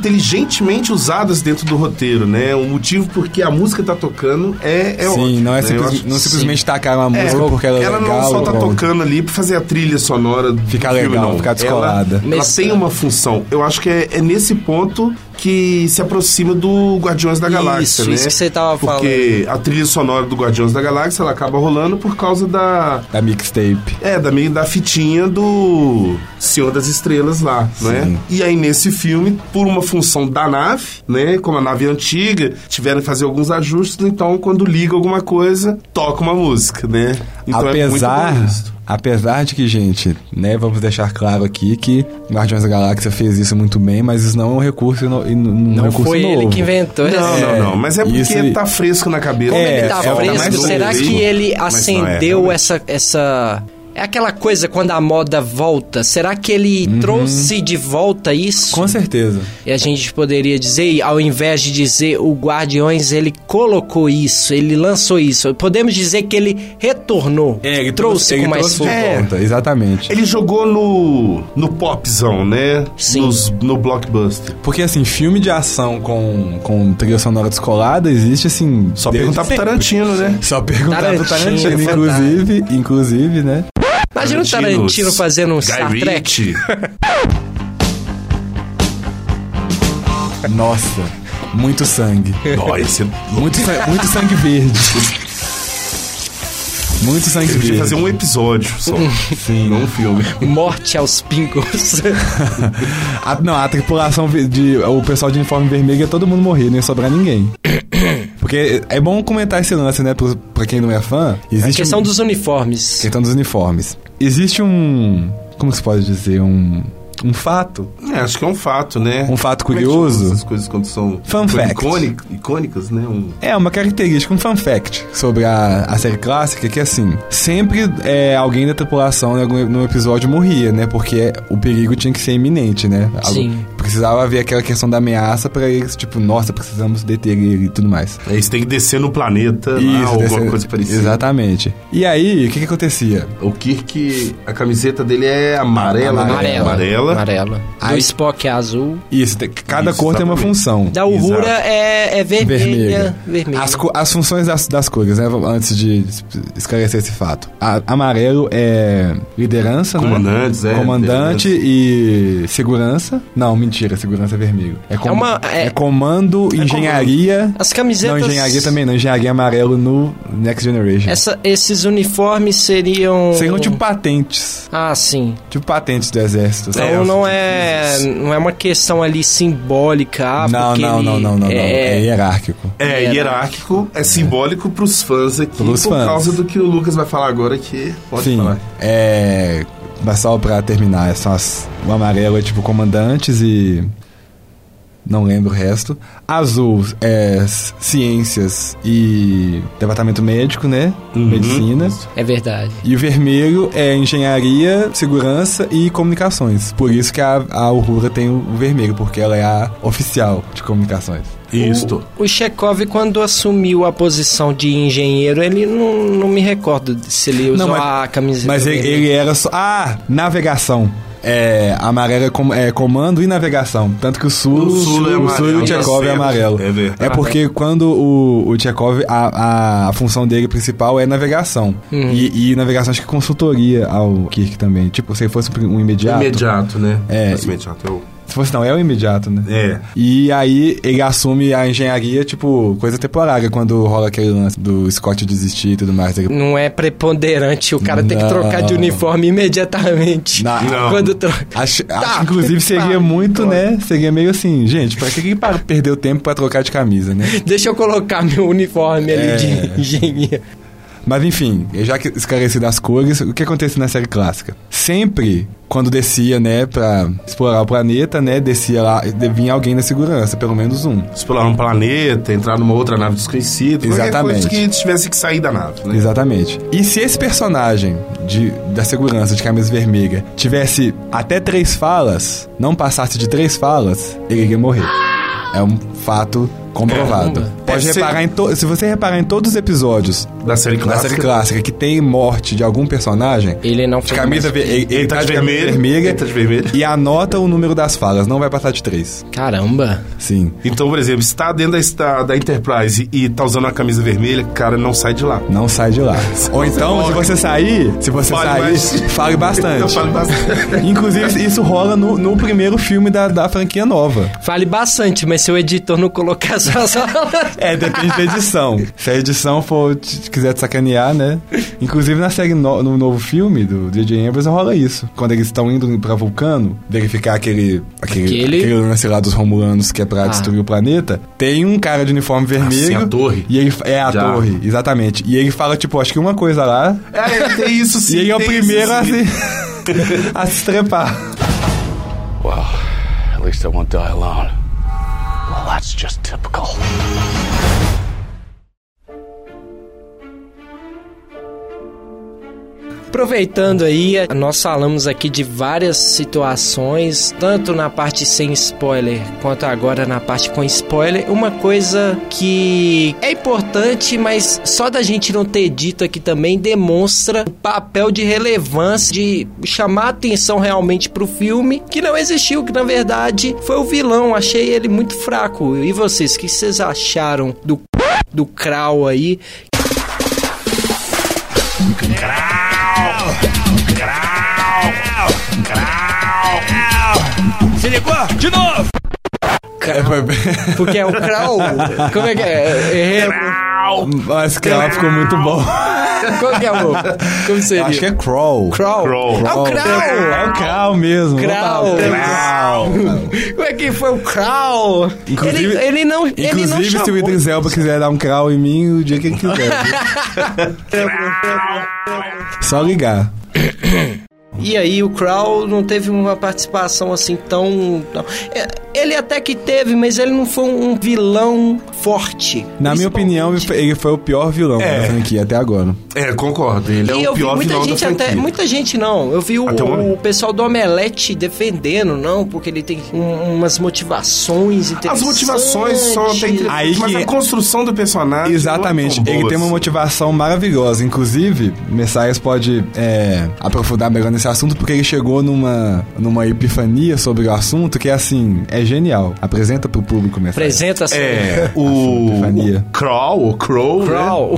D: inteligentemente usadas dentro do roteiro, né? O motivo porque a música tá tocando é, é
A: Sim,
D: ótimo,
A: não é
D: né?
A: simples-
D: Eu acho-
A: não simplesmente tacar uma
D: É,
A: música porque ela é legal.
D: não só tá
A: ou-
D: tocando ali pra fazer a trilha sonora do
A: Ficar
D: filme,
A: legal,
D: não.
A: ficar descolada.
D: Ela, ela
C: Mas-
D: tem uma função. Eu acho que é, é nesse ponto que se aproxima do Guardiões da
C: Isso,
D: Galáxia, né?
C: isso que você tava
D: Porque a trilha sonora do Guardiões da Galáxia, ela acaba rolando por causa da...
A: Da mixtape.
D: É, da, meio da fitinha do Senhor das Estrelas lá, né? E aí, nesse filme, por uma função da nave, né? Como a nave é antiga, tiveram que fazer alguns ajustes, então quando liga alguma coisa, toca uma música, né? Então é muito
A: apesar,
D: bom isso.
A: apesar de que, gente, né, vamos deixar claro aqui que Guardiões da Galáxia fez isso muito bem, mas isso não é um recurso, ino- ino- um
C: Não
A: recurso
C: foi ele
A: novo.
C: que inventou
D: Não,
C: essa-
D: não, não. Mas é porque
A: Isso-
D: tá fresco na cabeça.
A: Como é que é, é
C: tá
A: o que tá
C: fresco?
A: mais
C: Será
A: novo,
C: que ele
D: Mas não é,
C: acendeu
D: realmente.
C: essa, essa, É aquela coisa quando a moda volta. Será que ele
A: Uhum.
C: trouxe de volta isso?
A: Com certeza.
C: E a gente poderia dizer, e ao invés de dizer o Guardiões, ele colocou isso, ele lançou isso. Podemos dizer que ele retornou. É, trouxe
A: É, ele
C: com mais
A: trouxe É.
C: força.
A: de
D: É.
A: volta, exatamente.
D: Ele jogou no, no popzão, né?
C: Sim.
D: Nos- no blockbuster.
A: Porque, assim, filme de ação com, com trilha sonora descolada existe, assim...
D: Só
A: desde
D: perguntar pro
A: sempre.
D: Tarantino, né?
A: Só perguntar pro
C: Tarantino,
A: Tarantino,
C: fantástico.
A: inclusive, inclusive, né?
C: Imagina o Tarantino fazendo um
D: Guy
C: Star Trek.
D: Ritchie.
A: Nossa, muito sangue.
D: Ó, esse
A: Muito, sa- muito sangue verde. Muito sangue
D: Ele
A: verde.
D: podia fazer um episódio só. Sim. Não um filme.
C: Morte aos pingos.
A: A- não, a tripulação ve- de. O pessoal de uniforme vermelho é todo mundo morrer, não ia sobrar ninguém. Porque é bom comentar esse lance, né? Pra, pra quem não é fã,
C: a
A: existe.
C: questão
A: um-
C: dos uniformes.
A: questão dos uniformes. Existe um. Como que se pode dizer? Um. Um fato.
D: É, acho que é um fato, né?
A: Um fato
D: Como é que
A: curioso.
D: chama Essas coisas quando são
A: Fun fact.
D: icônica- icônicas, né? Um-
A: É, uma característica, um fun fact sobre a, a série clássica, que assim, sempre é, alguém da tripulação em algum- num episódio morria, né? Porque o perigo tinha que ser iminente, né? Algo-
C: Sim.
A: Precisava haver aquela questão da ameaça pra eles, tipo, nossa, precisamos deter ele e tudo mais.
D: Aí você tem que descer no planeta lá, ou
A: deve ser-
D: Ah, alguma coisa parecida.
A: Exatamente. E aí, o que, que acontecia?
D: O Kirk, a camiseta dele é amarela, né?
C: Amarela.
D: Amarela.
C: Amarela. Do
A: Aí-
C: Spock é azul.
A: Isso, tem- cada
D: Isso,
A: cor tem uma
D: exatamente.
A: função.
C: Da Uhura
D: Exato.
C: é, é vermelha.
A: Vermelha.
C: Vermelha.
A: As, co- as funções das, das cores, né? Vamos- Antes de es- esclarecer esse fato. A- amarelo é liderança, né?
D: Comandantes, é,
A: Comandante e segurança. Não, mentira, segurança é vermelho. É, com-
C: É uma- é-
A: é comando, engenharia.
C: As camisetas-
A: Não, engenharia também não. Engenharia é amarelo no Next Generation.
C: Essa- é esses uniformes seriam.
A: Seriam tipo patentes.
C: Ah, sim.
A: Tipo patentes do exército.
C: Então
A: sabe?
C: não é não é uma questão ali simbólica, ah,
A: Não,
C: porque
A: não,
C: ele
A: não, não, não, não. É
C: é,
A: hierárquico.
D: É, hierárquico, é simbólico pros fãs aqui,
A: Pros
D: por
A: fãs.
D: causa do que o Lucas vai falar agora que pode
A: Sim,
D: falar.
A: é. Mas só pra terminar, são as, o amarelo é tipo comandantes e. Não lembro o resto. Azul é s- ciências e departamento médico, né?
D: Uhum.
A: Medicina.
C: é verdade.
A: E o vermelho é engenharia, segurança e comunicações. Por isso que a, a Aurora tem o, o vermelho, porque ela é a oficial de comunicações.
D: Isto.
C: O Chekhov, quando assumiu a posição de engenheiro, ele não, não me recordo se ele usou a camiseta.
A: mas ele,
C: vermelha.
A: ele era só. Ah, navegação. É, amarelo é, com- é comando e navegação. Tanto que o Sul,
D: O Sul é
A: o Sul e
D: amarelo,
A: o Tchekov é
D: é
A: amarelo.
D: verdade.
A: porque quando o, o Tchekov, a, a, a função dele principal é navegação.
C: Uhum.
A: E, e navegação acho que é consultoria ao Kirk também. Tipo, se fosse um imediato.
D: Imediato, né?
A: É.
D: Esse imediato é o.
A: Se fosse não, é o imediato, né?
D: É.
A: E aí ele assume a engenharia, tipo, coisa temporária, quando rola aquele lance do Scott desistir e tudo mais. Ele-
C: Não é preponderante, o cara tem que
A: Não.
C: trocar de uniforme imediatamente.
A: Na-
D: Não.
C: Quando troca.
A: Acho,
C: Tá,
A: acho que, inclusive, seria
C: tá,
A: muito,
C: então.
A: né? Seria meio assim, gente, pra que que para perder o tempo pra trocar de camisa, né?
C: Deixa eu colocar meu uniforme ali
A: É.
C: de engenheiro.
A: Mas enfim, já que esclarecido as cores, o que acontece na série clássica? Sempre, quando descia, né, pra explorar o planeta, né, descia lá, vinha alguém da segurança, pelo menos um.
D: Explorar um planeta, entrar numa outra nave desconhecida. qualquer
A: Exatamente.
D: Coisa que tivesse que sair da nave, né?
A: Exatamente. E se esse personagem de, da segurança de camisa vermelha tivesse até três falas, não passasse de três falas, ele iria morrer. É um fato comprovado.
C: Caramba.
A: Pode
D: Deve ser-
A: reparar em to- se você reparar em todos os episódios
D: Da série
A: da
D: clássica. é um
A: série clássica que tem morte de algum personagem,
C: Ele não
A: de
C: foi
A: camisa ver- ele, ele tá de camisa vermelha,
D: Ele tá de vermelho.
A: e anota o número das falas, não vai passar de três.
C: Caramba.
A: Sim.
D: Então, por exemplo, se tá dentro da, esta- da Enterprise e tá usando uma camisa vermelha, cara, não sai de lá.
A: Não sai de lá. Ou
D: Você
A: então, se
D: morre.
A: você sair, se você
D: Fale
A: sair,
D: mais.
A: fale bastante.
D: Eu falo bastante.
A: Inclusive, isso rola no, no primeiro filme da, da franquia nova.
C: Fale bastante, mas se o editor não colocar essas aulas.
A: É, depende da edição. Se a edição for, te- quiser te sacanear, né? Inclusive, na série no, no novo filme do J.J. Abrams rola isso. Quando eles estão indo pra Vulcano, verificar aquele, aquele,
C: Aquele-
A: aquele... lance lá dos Romulanos que é pra
C: Ah.
A: destruir o planeta, tem um cara de uniforme vermelho.
D: sim, a torre.
A: E ele, fa- é, a
D: Já.
A: torre, exatamente. E ele fala, tipo, acho que uma coisa lá,
D: É, tem isso sim.
A: E ele é o
D: tem
A: primeiro a
D: isso, sim.
A: se, a se trepar.
B: Well, at least I won't die alone. Well, that's just typical.
C: Aproveitando aí, nós falamos aqui de várias situações, tanto na parte sem spoiler quanto agora na parte com spoiler. Uma coisa que é importante, mas só da gente não ter dito aqui também demonstra o papel de relevância, de chamar atenção realmente pro filme, que não existiu, que na verdade foi o vilão. Achei ele muito fraco. E vocês, o que vocês acharam do c- do Krau aí?
A: É, foi bem-
C: Porque é o Krau. Como é que é? é
A: Mas que ela ficou muito bom.
C: Qual que é o. Como seria?
A: Acho que é Crawl.
C: Crawl.
D: Crawl.
C: Ah, o
A: É o
C: Crawl.
A: Crawl mesmo.
C: Crawl.
A: Crawl.
C: Como é que foi o Crawl?
A: Inclusive-
C: ele, ele não. ele não
A: Inclusive, se o
C: chamou.
A: Idris Elba quiser dar um crawl em mim, o dia que ele quiser. Só ligar.
C: E aí, o Crow não teve uma participação assim tão. tão- É, Ele até que teve, mas ele não foi um vilão forte.
A: Na minha opinião, ele foi- ele foi o pior vilão
D: É.
A: da franquia até agora.
D: É, concordo. Ele é
C: E
D: o
C: eu vi
D: pior
C: muita
D: vilão da
C: gente
D: franquia.
C: até. Muita gente não. Eu vi o,
D: Até o
C: o
D: momento.
C: pessoal do Omelete defendendo, não, porque ele tem um- umas motivações
D: As
C: interessantes.
D: motivações são até interessantes,
A: Aí que
D: mas a
A: é-
D: construção do personagem.
A: Exatamente.
D: não é tão
A: Ele
D: boa
A: tem uma
D: assim.
A: motivação maravilhosa. Inclusive, Messias pode é, aprofundar melhor nesse assunto, porque ele chegou numa, numa epifania sobre o assunto que, assim, é genial. Apresenta pro público, Messias.
C: Apresenta assim.
D: É, o.
A: Epifania.
D: o Crawl, o Crow. Né?
C: Crow, o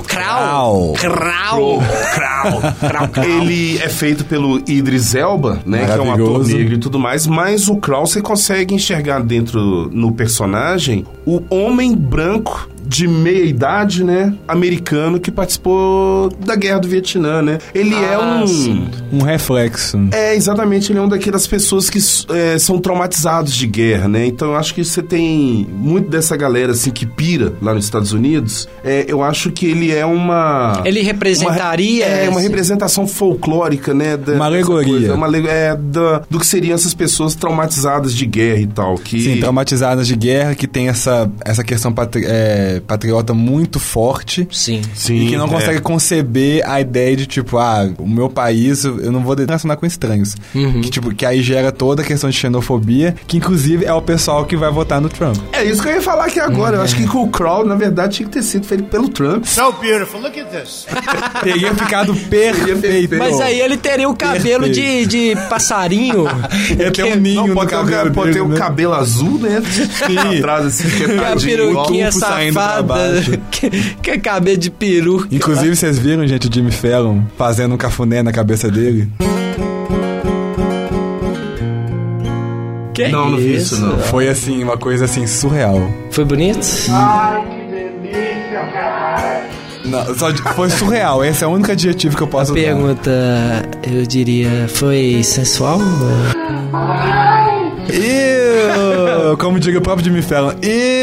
A: Crow.
C: Crow. Crow.
D: Crow, Crow, Crow. Ele é feito pelo Idris Elba, né? Que é um ator
A: Maravilhoso.
D: negro e tudo mais, mas o Crow você consegue enxergar dentro no personagem o homem branco de meia idade, né? Americano que participou da guerra do Vietnã, né? Ele é
C: Ah,
D: um.
C: sim.
A: Um reflexo.
D: É, exatamente, ele é um daquelas pessoas que é, são traumatizados de guerra, né? Então eu acho que você tem muito dessa galera assim que pira lá nos Estados Unidos. É, eu acho que ele é uma.
C: Ele representaria
D: Uma, re- é, uma
C: esse-
D: representação folclórica, né? da-
A: Uma alegoria.
D: dessa uma ale- é, da- do que seriam essas pessoas traumatizadas de guerra e tal. Que,
A: Sim, traumatizadas de guerra, que tem essa, essa questão patri- é, patriota muito forte.
C: Sim.
A: e
D: Sim,
A: que não
D: é.
A: consegue conceber a ideia de, tipo, ah, o meu país, eu eu não vou relacionar com estranhos.
D: Uhum.
A: Que, tipo, que aí gera toda a questão de xenofobia, que inclusive é o pessoal que vai votar no Trump.
D: É isso que eu ia falar aqui agora.
A: Uhum.
D: Eu acho que o Crow, na verdade, tinha que ter sido feito pelo Trump.
H: So beautiful. Look at this.
A: Teria ficado perfeito.
C: Mas aí ele teria o cabelo de, de passarinho.
A: Ia ter um ninho
D: Não,
A: no
D: pode ter, o ca-
A: cabelo
D: pode ter
A: dele,
D: o
A: né?
D: cabelo azul, né? Atrás, assim, que é
C: Que a
D: tadinho, igual
C: peruquinha
D: um saindo pra
C: safada.
D: baixo.
C: Que, que é cabelo de peru.
A: Inclusive, vocês viram, gente, o Jimmy Fallon fazendo um cafuné na cabeça dele?
C: Que
D: Não, não vi isso, não.
A: Foi, assim, uma coisa, assim, surreal.
C: Foi bonito?
A: Não, só de- foi surreal. Esse é o único adjetivo que eu posso usar.
C: Pergunta, eu diria, foi sensual?
A: Ew! Como diga o próprio Jimmy Fallon.
D: O
A: Ew!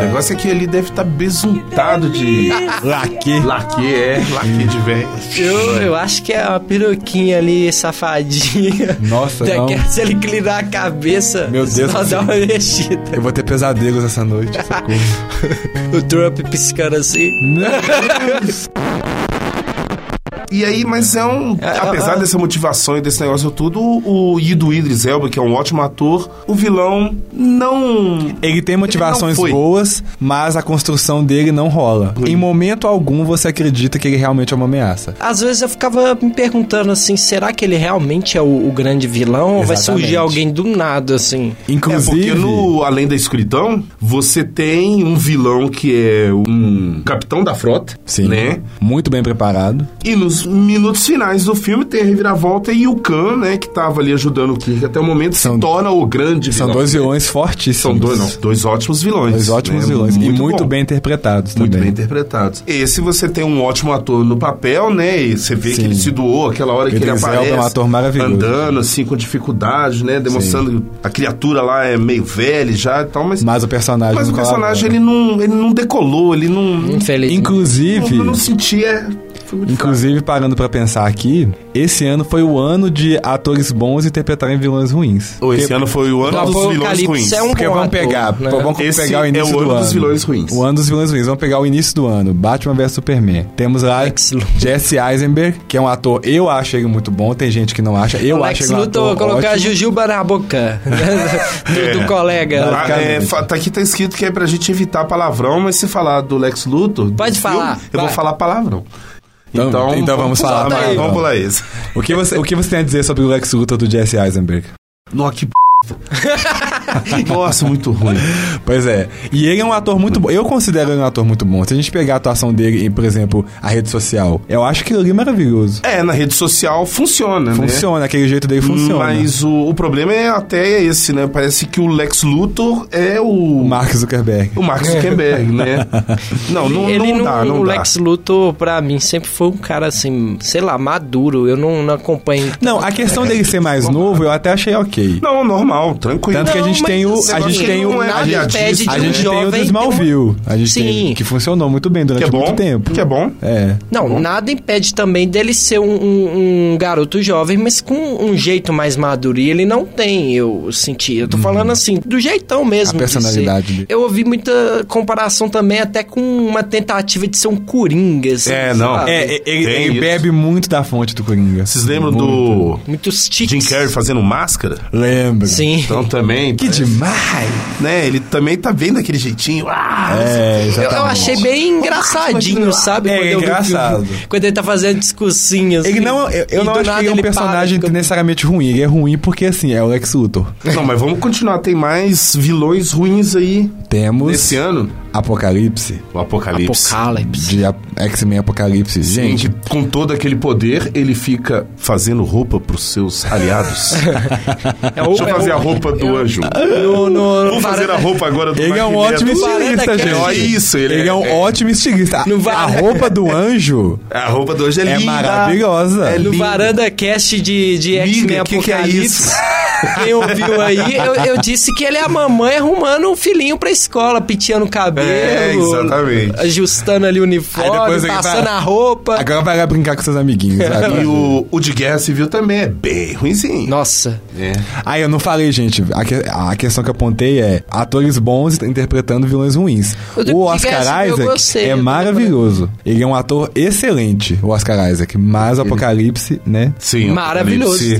D: negócio é que ele deve estar besuntado de
A: Laque.
D: laque, é, laque de velho.
C: Eu, eu acho que é uma peruquinha ali, safadinha.
A: Nossa,
C: Até
A: não.
D: é
C: que
D: assim.
C: se ele clinar a cabeça,
A: Meu Deus
C: só
A: do
C: dá
A: céu.
C: uma mexida.
A: Eu vou ter pesadelos essa noite. socorro.
C: O Trump piscando assim.
D: E aí, mas é um. Apesar dessa motivação e desse negócio tudo, o Ido Idris Elba, que é um ótimo ator, o vilão não.
A: Ele tem motivações
D: foi.
A: boas, mas a construção dele não rola. Em momento algum você acredita que ele realmente é uma ameaça.
C: Às vezes eu ficava me perguntando assim, será que ele realmente é o, o grande vilão? Ou vai
A: Exatamente.
C: surgir alguém do nada, assim?
A: Inclusive.
D: É porque no Além da Escuridão, você tem um vilão que é um capitão da frota,
A: Sim.
D: né?
A: Muito bem preparado.
D: E nos minutos finais do filme tem a reviravolta e o Khan, né, que tava ali ajudando o Kirk até o momento,
A: São-
D: se torna o grande
A: São
D: vilão.
A: dois vilões fortíssimos.
D: São dois, não, dois ótimos vilões.
A: Dois ótimos
D: né?
A: vilões. e muito
D: bom.
A: bem interpretados
D: Muito
A: também.
D: bem interpretados. Esse você tem um ótimo ator no papel, né? E você vê
A: Sim.
D: que ele se doou aquela hora que ele
A: Idris Elba
D: aparece.
A: é um ator maravilhoso.
D: Andando, assim, com dificuldade, né? Demonstrando que a criatura lá é meio velha já e tal, mas.
A: Mas o personagem.
D: mas
A: não
D: o
A: né?
D: personagem,
A: colabora.
D: ele não, é, ele não decolou, ele não.
C: Infelizmente.
A: Inclusive.
D: Eu não sentia Filme de
A: Inclusive, parando pra pensar aqui, esse ano foi o ano de atores bons interpretarem vilões ruins.
D: Ou esse ano foi o ano dos vilões
C: Apocalipse
D: ruins.
C: é um
A: Porque
C: bom
A: vamos
C: ator,
A: pegar,
C: né?
A: vamos
D: Esse
A: pegar o
D: é
A: início
D: o ano
A: do ano.
D: dos vilões ruins.
A: O ano dos vilões ruins. Vamos pegar o início do ano. Batman vs Superman. Temos lá
C: Lex Luthor.
A: Jesse Eisenberg, que é um ator, eu acho ele muito bom, tem gente que não acha. Eu
C: Alex
A: acho ele um
C: Luthor
A: ator
C: colocar
A: ótimo.
C: Jujuba na boca né? do, do
A: um
C: colega.
D: Ah, é,
A: Basicamente.
D: fa- tá aqui tá escrito que é pra gente evitar palavrão, mas se falar do Lex Luthor... do
C: Pode falar,
D: Eu
C: vai.
D: vou falar palavrão.
A: Então- então vamos falar
D: pular,
A: palavrão.
D: Vamos pular esse.
A: O que, você, o que você tem a dizer sobre o Lex Luthor do Jesse Eisenberg?
D: Nossa, que p... Nossa, muito ruim.
A: Pois é. E ele é um ator muito bom. Eu considero ele um ator muito bom. Se a gente pegar a atuação dele em, por exemplo, a rede social, eu acho que ele é maravilhoso.
D: É, na rede social funciona, né?
A: Funciona, aquele jeito dele funciona.
D: Mas o, o problema é até esse, né? Parece que o Lex Luthor é
A: O
D: o,
A: Mark É. Zuckerberg.
D: o Mark Zuckerberg, né? Não, não,
C: Ele
D: não,
C: não,
D: dá, não
C: o
D: dá.
C: Lex Luthor, pra mim, sempre foi um cara assim, sei lá, maduro. Eu não, não acompanho.
A: Não, a questão dele ser mais novo, eu até achei ok.
D: Não, normal, tranquilo.
A: Tanto que a gente
C: mas
A: tem o.
C: você
A: A
D: gosta
A: gente
D: de-
A: tem o.
D: não é
A: A
C: Nada
A: gente,
C: impede de
A: a
C: um
A: gente tem o do
C: jovem ter um-
A: Smallville. A gente
C: Sim.
A: tem. Que funcionou muito bem durante
D: Que é
A: muito
D: bom,
A: tempo.
D: que é bom.
A: É.
C: Não, nada impede também dele ser um, um- um garoto jovem, mas com um jeito mais maduro. E ele não tem, eu senti. Eu tô falando assim, do jeitão mesmo.
A: Uhum. A personalidade
C: de ser.
A: dele.
C: Eu ouvi muita comparação também, até com uma tentativa de ser um coringa. assim,
D: É, não.
C: sabe?
A: É, é, ele,
D: Tem
A: ele
D: isso.
A: bebe muito da fonte do Coringa.
D: Vocês lembram do
C: Muitos tics.
D: Jim Carrey fazendo máscara?
A: Lembro.
C: Sim.
D: Então também,
A: Que demais!
D: né? Ele também tá bem daquele jeitinho. Ah,
A: É,
C: Eu, eu
A: exatamente.
C: achei bem engraçadinho, sabe?
A: É,
C: eu vi o
A: engraçado.
C: filme. quando ele tá fazendo assim, discursinhos.
A: Ele não, eu, eu não acho que ele é um personagem necessariamente ruim. Ele é ruim porque, assim, é o Lex Luthor.
D: Não, mas vamos continuar. Tem mais vilões ruins aí
A: Temos
D: nesse ano.
A: Apocalipse,
D: O Apocalipse.
C: Apocalipse.
A: de A- X-Men Apocalipse.
D: Em
A: Gente,
D: que, com todo aquele poder, ele fica fazendo roupa pros seus aliados.
C: É o-
D: Deixa eu
C: é o-
D: fazer a roupa do anjo.
C: No, no,
D: Vamos fazer a roupa agora do
A: ele é um
D: Magneto.
A: ótimo
C: Parada
A: estilista,
C: que é
A: gente.
D: Ó, isso, ele
A: é
D: é-
A: um
D: é.
A: ótimo estilista. A-
C: Não vai-
A: A roupa do anjo
D: A roupa do anjo é,
A: é
D: linda.
A: maravilhosa.
D: É
C: No
D: linda.
C: Varanda Cast de, de X-Men
D: Miga, que que é
C: Apocalipse.
D: isso?
C: Quem ouviu aí, eu, eu disse que ele é a mamãe arrumando um filhinho pra escola, penteando o cabelo.
D: É, exatamente.
C: Ajustando ali o uniforme,
A: Aí depois ele
C: passando
A: vai-
C: a roupa.
A: Agora vai lá brincar com seus amiguinhos.
D: E
A: sabe?
D: o, o de guerra civil também é bem ruimzinho.
C: Nossa,
A: Ah, eu não falei, gente. A, que- a questão que eu apontei é atores bons interpretando vilões ruins.
C: O do
A: O
C: Dick
A: Oscar
C: Gasper eu
A: Isaac
C: gostei, eu
A: é
C: tô
A: maravilhoso. Ele é um ator excelente, o Oscar Isaac. Mas o Apocalipse, né?
D: Sim,
C: maravilhoso
D: Apocalipse.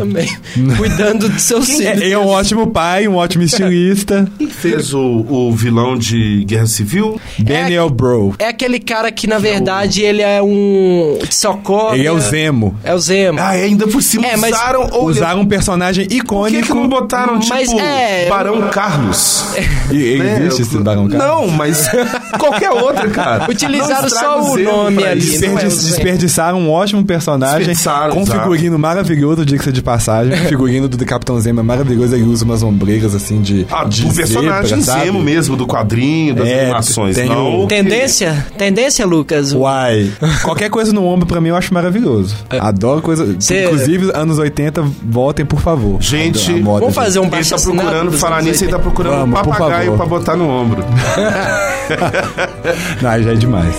C: também. Cuidando de seus
A: É,
C: filhos.
A: ele é um ótimo pai, um ótimo estilista.
D: Quem fez o, o vilão de guerra civil?
A: Daniel Bro.
C: É aquele cara que, na verdade, ele é um. Só come.
A: Ele é o Zemo.
C: É o Zemo.
D: Ah, e ainda por cima
C: É, mas
D: usaram... ou-
A: Usaram um personagem
D: Por que,
A: icônico.
D: que não botaram, tipo,
C: Mas é-
D: Barão Carlos?
A: E- e
D: Né?
A: existe esse Barão Carlos?
D: Não, mas qualquer outro, cara.
C: Utilizaram
D: Não estraga
C: só o
D: Zemo
C: nome
D: pra
C: ali,
D: isso.
C: não é o
A: Desperdi-
C: Zemo.
A: desperdiçaram um ótimo personagem
D: Desperdiçaram,
A: com um
D: exato.
A: figurino maravilhoso, diga-se de passagem. O figurino do Capitão Zemo é maravilhoso, ele usa umas ombreiras assim de.
D: Ah,
A: de
D: o personagem
A: zebra, sabe?
D: Zemo mesmo, do quadrinho, das
A: É,
D: animações.
A: tem
D: não,
A: o-
C: Tendência? Tendência, Lucas?
A: Uai, qualquer coisa no ombro pra mim eu acho maravilhoso. Adoro coisa.
C: É. Cê-
A: Inclusive, anos 80, voltem, por favor.
D: Gente,
A: Adoro- moda,
C: Vamos
A: gente.
C: fazer um
D: Ele tá
C: baixo
D: procurando, falar nisso, ele tá procurando
A: Vamos,
D: um
A: por
D: papagaio
A: favor.
D: pra botar no ombro.
A: Não, já é demais.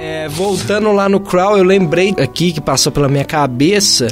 C: É, voltando lá no Crow, eu lembrei aqui que passou pela minha cabeça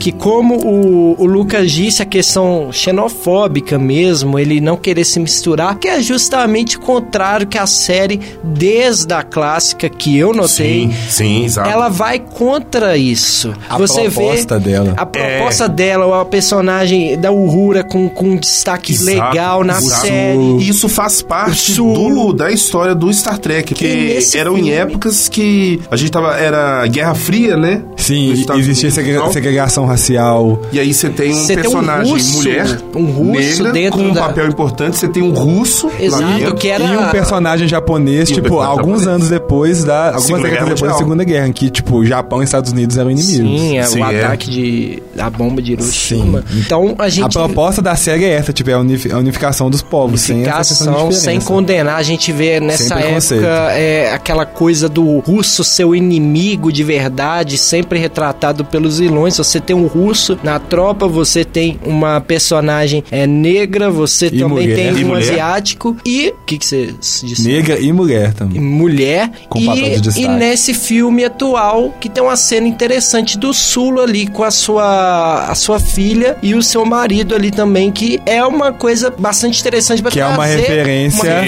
C: que como o, o Lucas disse, a questão xenofóbica mesmo, ele não querer se misturar, que é justamente o contrário que a série, desde a clássica que eu notei,
D: sim, tá. exato.
C: ela vai contra isso.
A: A
C: Você
A: proposta
C: vê
A: dela.
C: A proposta dela, a personagem da Uhura com, com um destaque
D: Exato,
C: legal na
D: exato.
C: série.
D: Isso faz parte
C: Sul.
D: do, da história do Star Trek. Que
C: nesse
D: eram
C: filme-
D: em épocas que a gente tava. Era Guerra Fria, né?
A: Sim,
D: Nos Estados
A: existia
D: Unidos e
A: segrega-
D: tal.
A: segregação racial.
D: E aí você tem um
C: Você tem um
D: personagem
C: russo,
D: mulher,
C: um russo
D: negra,
C: dentro
D: com um
C: da-
D: papel importante. Você tem um russo lá
C: Exato,
D: dentro.
C: que é- era.
A: E um personagem japonês,
D: E um
A: tipo,
D: personagem
A: alguns
D: japonês.
A: anos depois da. Algumas
D: Segunda
A: décadas
D: Guerra
A: depois da
D: Mundial.
A: Segunda Guerra, que, tipo, Japão e Estados Unidos eram inimigos.
C: Sim, é,
D: Sim,
C: o
D: é.
C: ataque de, da bomba de Hiroshima. Então a gente.
A: A proposta da série é essa, tipo, é a unifi- a unificação dos povos, sem essa questão de
C: Unificação, sem
A: diferença.
C: condenar, a gente vê
A: Sem
C: nessa
A: preconceito.
C: época é, aquela coisa do russo seu inimigo de verdade, sempre retratado pelos vilões. Você tem um russo na tropa, você tem uma personagem é, negra, você também
A: mulher.
C: tem
D: E
C: um
D: mulher.
C: asiático e. O que, que você s- disse?
A: Negra e mulher também.
C: mulher
A: Com papel de
C: e,
A: destaque.
C: e nesse filme atual que tem uma cena interessante do Sulo ali com a sua a sua filha e o seu marido ali também que é uma coisa bastante interessante para
A: Que é uma referência,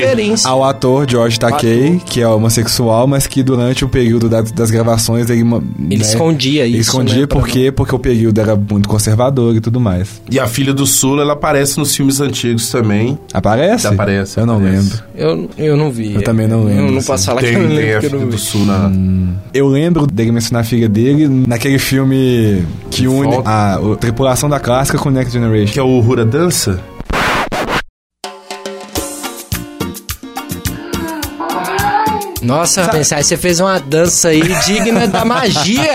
A: ao ator George Takei, que é homossexual, mas que durante o período da- das gravações ele. ma-
C: ele
A: né,
C: escondia isso
A: ele escondia
C: né, pra
A: porque, porque o período era muito conservador e tudo mais.
D: E a filha do Sula, ela aparece nos filmes antigos também.
A: Aparece?
D: Aparece,
A: Eu não
D: aparece.
A: lembro.
C: não- eu, eu não vi
A: Eu também não lembro,
C: não,
A: assim.
C: posso falar
D: Tem,
C: que eu não
D: tem a
C: lembro que eu
D: filha
C: não
D: do
C: vi.
D: Sula.
A: Eu lembro dele mencionar a filha dele naquele filme que une
D: Volta.
A: a, o- tripulação da clássica com Next Generation.
D: Que é o Hura Dança?
C: nossa pensar você fez uma dança aí digna da magia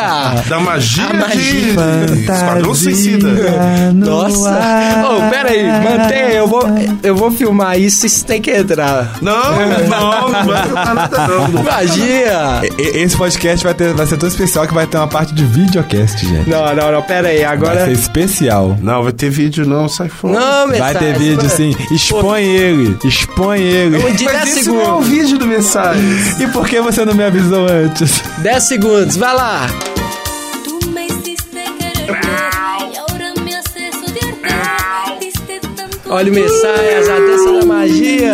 D: Da magia,
C: A magia.
D: de... Esquadrão Suicida.
C: nossa oh, pera aí mantém eu vou eu vou filmar isso isso tem que entrar
D: Não, não, não vai trocar nada não.
C: magia
A: E- e- Esse podcast vai, ter, vai ser tão especial que vai ter uma parte de videocast, gente.
C: Não, não, não, pera aí,
A: Vai
C: agora.
A: ser especial.
D: Não, vai ter vídeo não, sai fora.
C: Não,
A: Vai
C: mensagem.
A: ter vídeo, sim. Expõe ele. Expõe ele.
C: Pô, De 10
D: Mas esse não é o
C: segundos.
D: vídeo do Mensagem.
A: E por que você não me avisou antes?
C: 10 segundos, vai lá.
H: Tú me hiciste quererte y ahora me haces odiarte. Diste tanto
C: Olha o Messias, a dança da magia.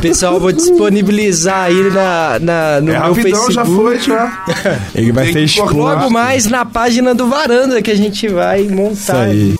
C: Pessoal, eu vou disponibilizar aí na, na- no
D: É
C: meu
D: rapidão,
C: Facebook.
D: já foi, tá? já.
A: Ele vai
D: Tem
A: ser
D: que cortar.
A: exposto.
C: Logo mais na página do Varanda que a gente vai
A: Isso
C: montar.
A: aí.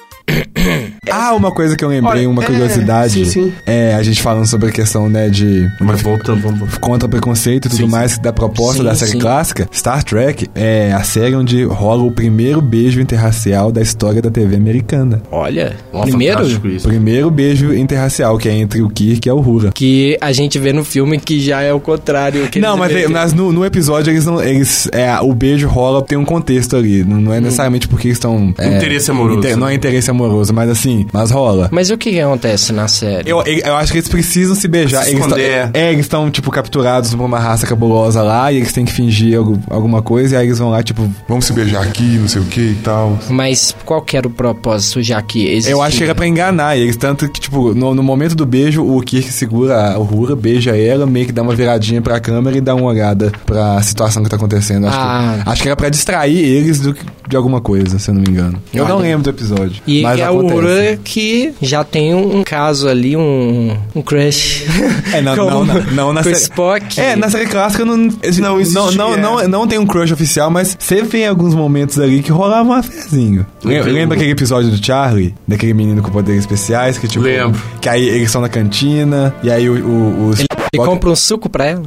A: Ah, uma coisa que eu lembrei,
D: Olha,
A: uma
D: é,
A: curiosidade.
D: sim, sim.
A: É, a gente falando sobre a questão, né, de
D: Mas voltando, vamos voltar.
A: contra preconceito e tudo mais da proposta
C: Sim,
A: da série
C: sim.
A: clássica, Star Trek é a série onde rola o primeiro beijo interracial da história da TV americana.
C: Olha,
D: Ó, fantástico
C: primeiro
D: isso.
A: Primeiro beijo interracial, que é entre o Kirk e a Uhura.
C: que a gente vê no filme que já é o contrário. que
A: Não,
C: eles
A: mas,
C: vê-
A: tem- mas no, no episódio eles não. Eles, é, o beijo rola, tem um contexto ali. Não,
C: Hum.
A: não é necessariamente porque eles estão. é,
D: Interesse amoroso.
A: inte- não é interesse amoroso, mas assim, mas rola.
C: Mas o que, que acontece na série?
A: Eu, eu eu acho que eles precisam se beijar.
D: Se
A: eles tão-
D: esconder.
A: é, eles estão, tipo, capturados por uma raça cabulosa lá e eles têm que fingir algu- alguma coisa e aí eles vão lá, tipo.
I: Vamos se beijar aqui, não sei o que e tal.
C: Mas qual que era o propósito já que existia?
A: Eu acho que era pra enganar eles. Tanto que, tipo, no, no momento do beijo, o Kirk segura a Uhura, beija ela, meio que dá uma viradinha pra câmera e dá uma olhada pra situação que tá acontecendo. Acho,
C: Ah.
A: que, acho que era pra distrair eles do que- de alguma coisa, se eu não me engano. Eu não
C: Olha.
A: lembro do episódio.
C: E
A: mas
C: é
A: acontece.
C: o Ura que já tem um caso ali, um, um crush.
A: É, não,
C: com-
A: não, não, não na
C: com
A: série.
C: Spock.
A: É, na série clássica não. Não,
D: existia.
A: não, não, não, não tem um crush oficial, mas você vê em alguns momentos ali que rolava um afezinho. Le-
D: Entendi.
A: Lembra aquele episódio do Charlie? Daquele menino com poderes especiais que tipo.
D: Lembro.
A: Que aí eles estão na cantina, e aí o. o, o
C: Ele
A: Spock-
C: compra um suco pra ela.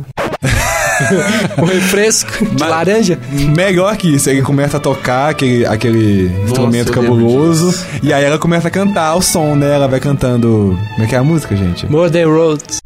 C: um refresco de
A: Mas-
C: laranja.
A: Melhor que isso, ele começa a tocar aquele, aquele instrumento
D: eu lembro
A: cabuloso,
D: disso.
A: e aí ela começa a cantar o som, né? Ela vai cantando. Como é que é a música, gente?
C: More than roads.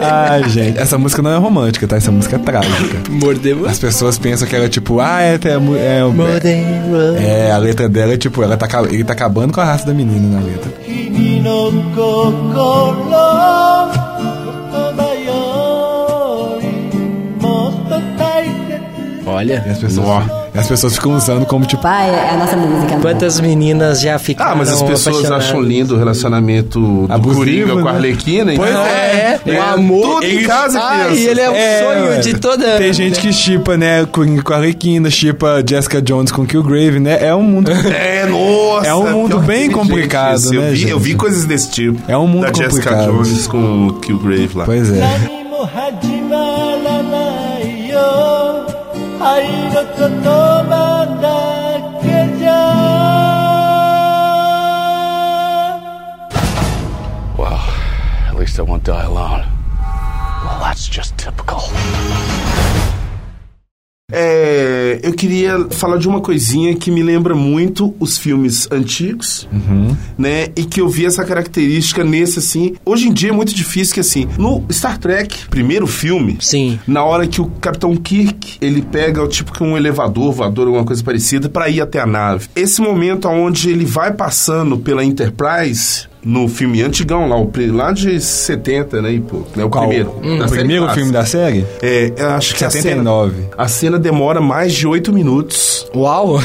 A: Ai, gente. Essa música não é romântica, tá? Essa música é trágica.
C: Mordeu.
A: As pessoas pensam que ela, tipo, ah, é, até mu- é,
C: More than roads.
A: é, a letra dela é tipo, ela tá, ca- ele tá acabando com a raça da menina na letra. E
C: Olha.
A: as pessoas, e as pessoas ficam usando como, tipo,
F: Pai, é a nossa música.
C: Quantas meninas já ficaram
D: Ah, mas as pessoas
C: apaixonadas.
D: acham lindo o relacionamento do
A: Abusivo,
D: Coringa com a
A: né?
D: Arlequina.
A: Pois
D: então-
C: Ah, é,
D: É,
C: o amor.
D: tudo em
C: Ele-
D: casa,
C: Ai,
D: criança.
C: ele é o sonho
A: ué.
C: de toda.
A: Tem gente que chipa, né, Coringa com a Arlequina, chipa Jessica Jones com Killgrave, né? É um mundo.
D: É, nossa.
A: É um mundo
D: pior que
A: bem
D: tem, gente,
A: complicado,
D: isso. eu
A: né,
D: Vi, eu
A: gente?
D: vi coisas desse tipo.
A: É um mundo
D: da Jessica
A: complicado.
D: Jones
A: é.
D: com o Killgrave lá.
A: pois é.
B: Well, at least I won't die alone. Well, that's just typical.
D: É, eu queria falar de uma coisinha que me lembra muito os filmes antigos,
A: Uhum.
D: né? E que eu vi essa característica nesse, assim. Hoje em dia é muito difícil que, assim, no Star Trek, primeiro filme,
C: Sim.
D: na hora que o Capitão Kirk, ele pega, o tipo, que um elevador, voador, alguma coisa parecida, pra ir até a nave. Esse momento onde ele vai passando pela Enterprise... No filme antigão, lá, o, pri- lá de 70, né? E pouco, né? O
A: Qual? Hum,
D: primeiro. da
A: o
D: série
A: primeiro
D: clássica.
A: filme da série?
D: É, eu acho que a cena-
A: 79.
D: a cena demora mais de oito minutos.
C: Uau!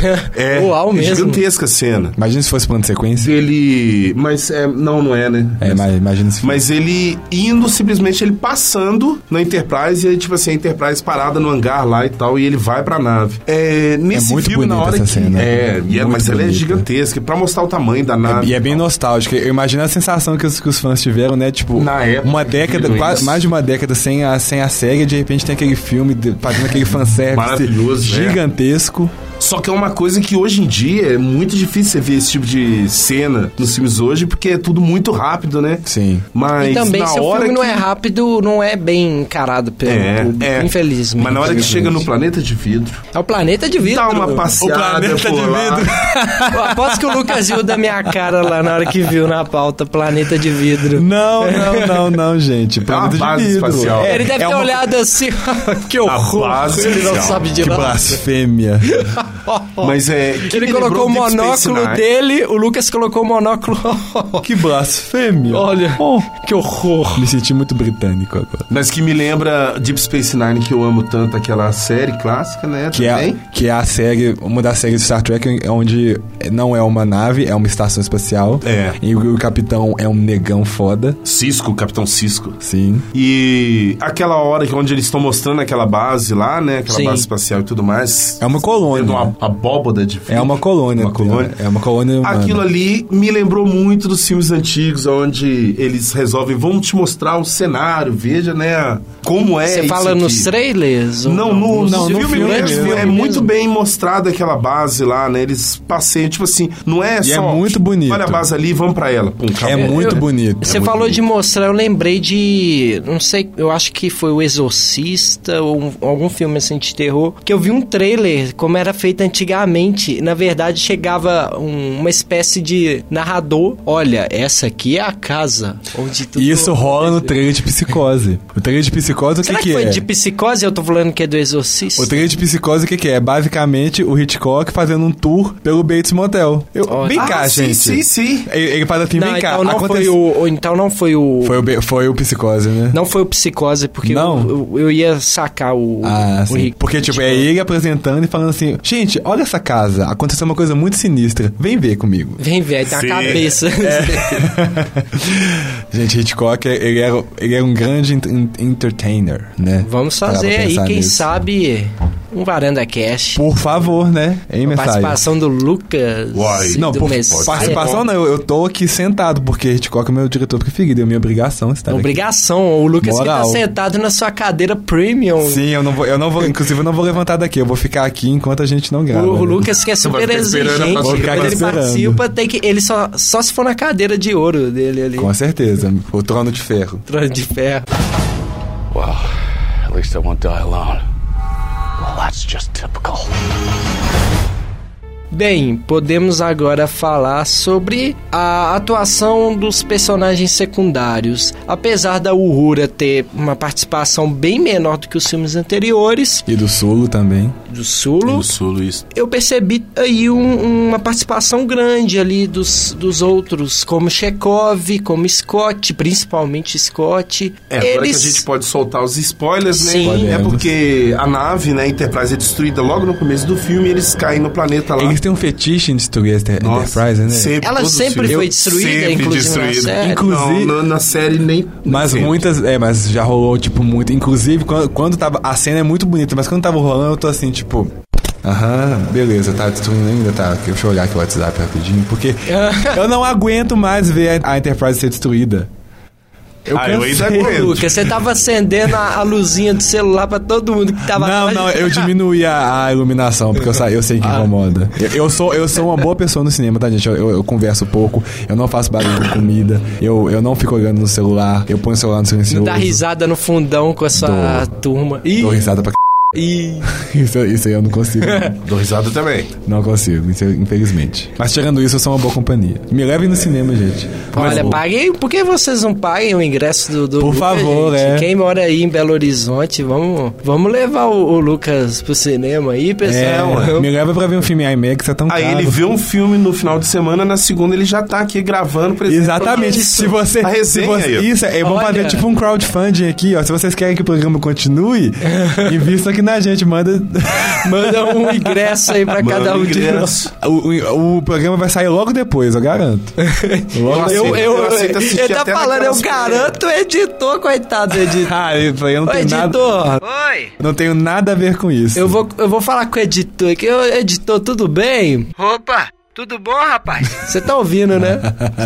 D: É,
C: Uau mesmo.
D: gigantesca a cena.
A: Imagina se fosse plano de sequência.
D: Ele. Mas é, não, não é, né?
A: É, mas, imagina se
D: Mas ele indo, simplesmente ele passando na Enterprise, e aí, tipo assim, a Enterprise parada no hangar lá e tal, e ele vai pra nave. É, nesse
A: É muito
D: filme, na
A: bonita
D: hora
A: essa
D: que.
A: cena.
D: É, e é-
A: Muito
D: mas ela é
A: bonita.
D: gigantesca, pra mostrar o tamanho da nave.
A: E é bem nostálgico. Eu imagino a sensação que os, que os fãs tiveram, né? Tipo,
D: Na época,
A: uma década,
D: viram
A: quase-
D: isso.
A: mais de uma década sem a, sem a série, de repente tem aquele filme de- fazendo aquele fanservice
D: Maravilhoso, né?
A: gigantesco.
D: Só que é uma coisa que hoje em dia é muito difícil você ver esse tipo de cena nos filmes hoje, porque é tudo muito rápido, né?
A: Sim.
D: Mas
C: E também,
D: na
C: se o
D: hora
C: filme não
D: que-
C: é rápido, não é bem encarado pelo
A: Então,
C: público, infelizmente.
D: É, Mas na hora que chega no planeta de vidro,
C: É o planeta de vidro.
D: dá uma passeada
A: planeta
D: por
A: de
D: lá.
A: vidro.
C: Eu aposto que o Lucas viu da minha cara lá na hora que viu na pauta Planeta de Vidro.
A: Não, não, não, não, gente. Planeta de
D: É. base
A: vidro.
D: espacial.
A: É,
C: Ele deve
A: é
C: ter
A: uma-
C: olhado assim, que horror.
D: base
C: Ele não
D: espacial.
C: sabe de
A: Que
C: nada.
A: blasfêmia.
D: Mas é. que
C: Ele
D: me
C: colocou
D: lembrou
C: o
D: Deep Space
C: monóculo
D: Nine.
C: dele, o Lucas colocou o monóculo.
A: que blasfêmia.
C: Olha,
A: Oh,
C: que horror.
A: me senti muito britânico agora.
D: Mas que me lembra Deep Space Nine, que eu amo tanto, aquela série clássica, né?
A: Que é,
D: também.
A: que é a série, uma das séries de Star Trek é onde não é uma nave, é uma estação espacial.
D: É.
A: E o, o capitão é um negão foda.
D: Cisco, Capitão Cisco.
A: Sim.
D: E aquela hora que onde eles estão mostrando aquela base lá, né? Aquela
C: Sim.
D: base espacial e tudo mais.
A: É uma colônia.
D: Tendo
C: né?
D: uma abóboda de
A: É uma colônia.
D: Uma colônia.
A: É uma colônia humana.
D: Aquilo ali me lembrou muito dos filmes antigos, onde eles resolvem, vamos te mostrar o cenário, veja, né? Como é
C: Você
D: isso
C: fala
D: aqui.
C: nos trailers? Ou
D: Não, no,
A: Não,
D: no
A: no
D: filme,
A: filme
D: mesmo,
A: mesmo.
D: é muito bem mostrada aquela base lá, né? Eles passeiam, tipo assim, não é só...
A: é muito bonito.
D: Olha a base ali, vamos pra ela. Pum,
A: É
D: acabou.
A: muito
C: Eu-
A: bonito.
C: Você
A: É muito
C: falou
A: bonito.
C: de mostrar, eu lembrei de. Não sei, eu acho que foi o Exorcista ou um- algum filme assim de terror. Que eu vi um trailer, como era feito antigamente. Na verdade, chegava um- uma espécie de narrador. Olha, essa aqui é a casa onde tudo.
A: E isso rola no trailer de psicose. O trailer de psicose, o que,
C: Será que,
A: que
C: foi
A: é?
C: de psicose? Eu tô falando que é do Exorcista.
A: O trailer de psicose, o que, que é? Basicamente, o Hitchcock fazendo um tour pelo Bates Motel. Eu,
C: Olha.
A: vem cá,
D: Ah, sim,
A: gente.
D: sim, sim.
A: Ele, ele faz assim,
C: Não,
A: vem cá.
C: então não
A: acontece-
C: foi o. ou Então não foi o.
A: Foi o, Be- foi o psicose, né?
C: Não foi o psicose, porque
A: Não?
C: Eu, eu, eu ia sacar o.
A: Ah,
C: o
A: sim.
C: Rick-
A: Porque, tipo, é ele apresentando e falando assim: gente, olha essa casa, aconteceu uma coisa muito sinistra, vem ver comigo.
C: Vem ver, aí tá a
D: Sim.
C: cabeça.
A: É. Gente, Hitchcock, é, ele era, ele era um grande ent- ent- entertainer, né?
C: Vamos
A: Parar pra
C: fazer aí,
A: pensar
C: quem
A: nisso.
C: sabe, um Varanda Cash.
A: Por favor, né? Hein, mensagem?
C: participação do Lucas.
D: Uai.
C: e
A: Não,
C: do
A: por
C: Messias.
A: participação não, eu, eu tô aqui sentado, porque Hitchcock é meu diretor preferido, é minha obrigação estar aqui.
C: Obrigação, o Lucas que tá
A: Moral.
C: sentado na sua cadeira premium.
A: Sim, eu não vou, eu não vou, inclusive eu não vou levantar daqui, eu vou ficar aqui enquanto a gente não
C: O,
A: grava.
C: o
A: né?
C: Lucas que é
D: vai
C: super
D: ficar esperando a
C: exigente,
D: próxima
A: Vou ficar
C: quando ele
A: esperando.
C: participa, tem que. Ele só, só se for na cadeira de ouro dele ali.
A: Com certeza, o trono de ferro.
C: Trono de ferro.
B: Well, at least I won't die alone. Well, that's just typical.
C: Bem, podemos agora falar sobre a atuação dos personagens secundários. Apesar da Uhura ter uma participação bem menor do que os filmes anteriores,
A: E do Solo também.
C: do Sulu,
D: O Sulu, isso.
C: eu percebi aí um- uma participação grande ali dos, dos outros, como Chekhov, como Scott, principalmente Scott.
D: É, agora que a gente pode soltar os spoilers, né?
C: Sim.
D: É
A: Podemos.
D: porque a nave, né, a Enterprise é destruída logo no começo do filme e eles caem no planeta lá.
A: Eles têm um fetiche em destruir a Enter-
D: Nossa,
A: Enterprise, né?
D: sempre,
C: Ela
D: todos os
C: sempre
D: filmes.
C: foi
D: Eu-
C: destruída,
D: sempre
C: inclusive, na
D: destruída.
C: série.
A: Inclusive-
D: Não, na, na série nem... nem
A: Mas
D: sempre.
A: muitas. É, mas já rolou, tipo, muito. Inclusive, quando, quando tava. A cena é muito bonita, mas quando tava rolando, eu tô assim, tipo. Aham, beleza, tá destruindo ainda, tá? Deixa eu olhar aqui o WhatsApp rapidinho, porque eu não aguento mais ver a a Enterprise ser destruída. Eu
D: Ah, eu ainda
A: cansei.
D: aguento.
C: Lucas, você tava acendendo a, a luzinha do celular pra todo mundo que tava
A: Não,
C: atrás.
A: não, eu diminuí a, a iluminação, porque eu, sa- eu sei que incomoda. Eu, eu sou, eu sou uma boa pessoa no cinema, tá, gente? Eu, eu- eu converso pouco, eu não faço barulho com comida, eu, eu não fico olhando no celular, eu ponho o celular no silencioso.
C: Não dá risada no fundão com a sua turma. Ih,
A: Dou risada pra c...
C: ih.
A: Isso, isso aí eu não consigo.
D: Dou risada também.
A: não consigo, isso, infelizmente. Mas tirando isso, eu sou uma boa companhia. Me levem no cinema, gente.
C: Olha,
A: Mas-
C: paguem. Por que vocês não paguem o ingresso do, do
A: Por
C: Lucas,
A: favor,
C: gente?
A: é.
C: Quem mora aí em Belo Horizonte, vamos, vamos levar o, o Lucas pro cinema aí,
A: É,
C: pessoal.
A: ué, me leva pra ver um filme IMAX, é tão
D: Aí
A: caro.
D: ele vê um filme no final de semana, na segunda ele já tá aqui gravando, por exemplo.
A: Exatamente.
D: Isso.
A: Se você.
D: A resenha
A: se você
D: aí.
A: Isso, é, vamos
C: Olha.
A: fazer tipo um crowdfunding aqui, ó. Se vocês querem que o programa continue, invista aqui na gente, manda.
C: Manda um ingresso aí pra
D: Manda
C: cada
D: um
C: um de
D: ingresso.
C: nós.
A: O, o- o programa vai sair logo depois, eu garanto. Logo
D: aceito.
A: depois.
C: Eu, eu,
D: Eu aceito assistir
C: ele tá
D: até
C: falando, eu
D: naquelas-
C: garanto o editor, coitado do editor.
A: Ah, eu, eu não
C: Ô,
A: tenho nada.
C: editor, Oi.
A: Não tenho nada a ver com isso.
C: Eu vou, eu vou falar com o editor aqui. Ô, editor, tudo bem? Opa, tudo bom, rapaz? Você tá ouvindo, né?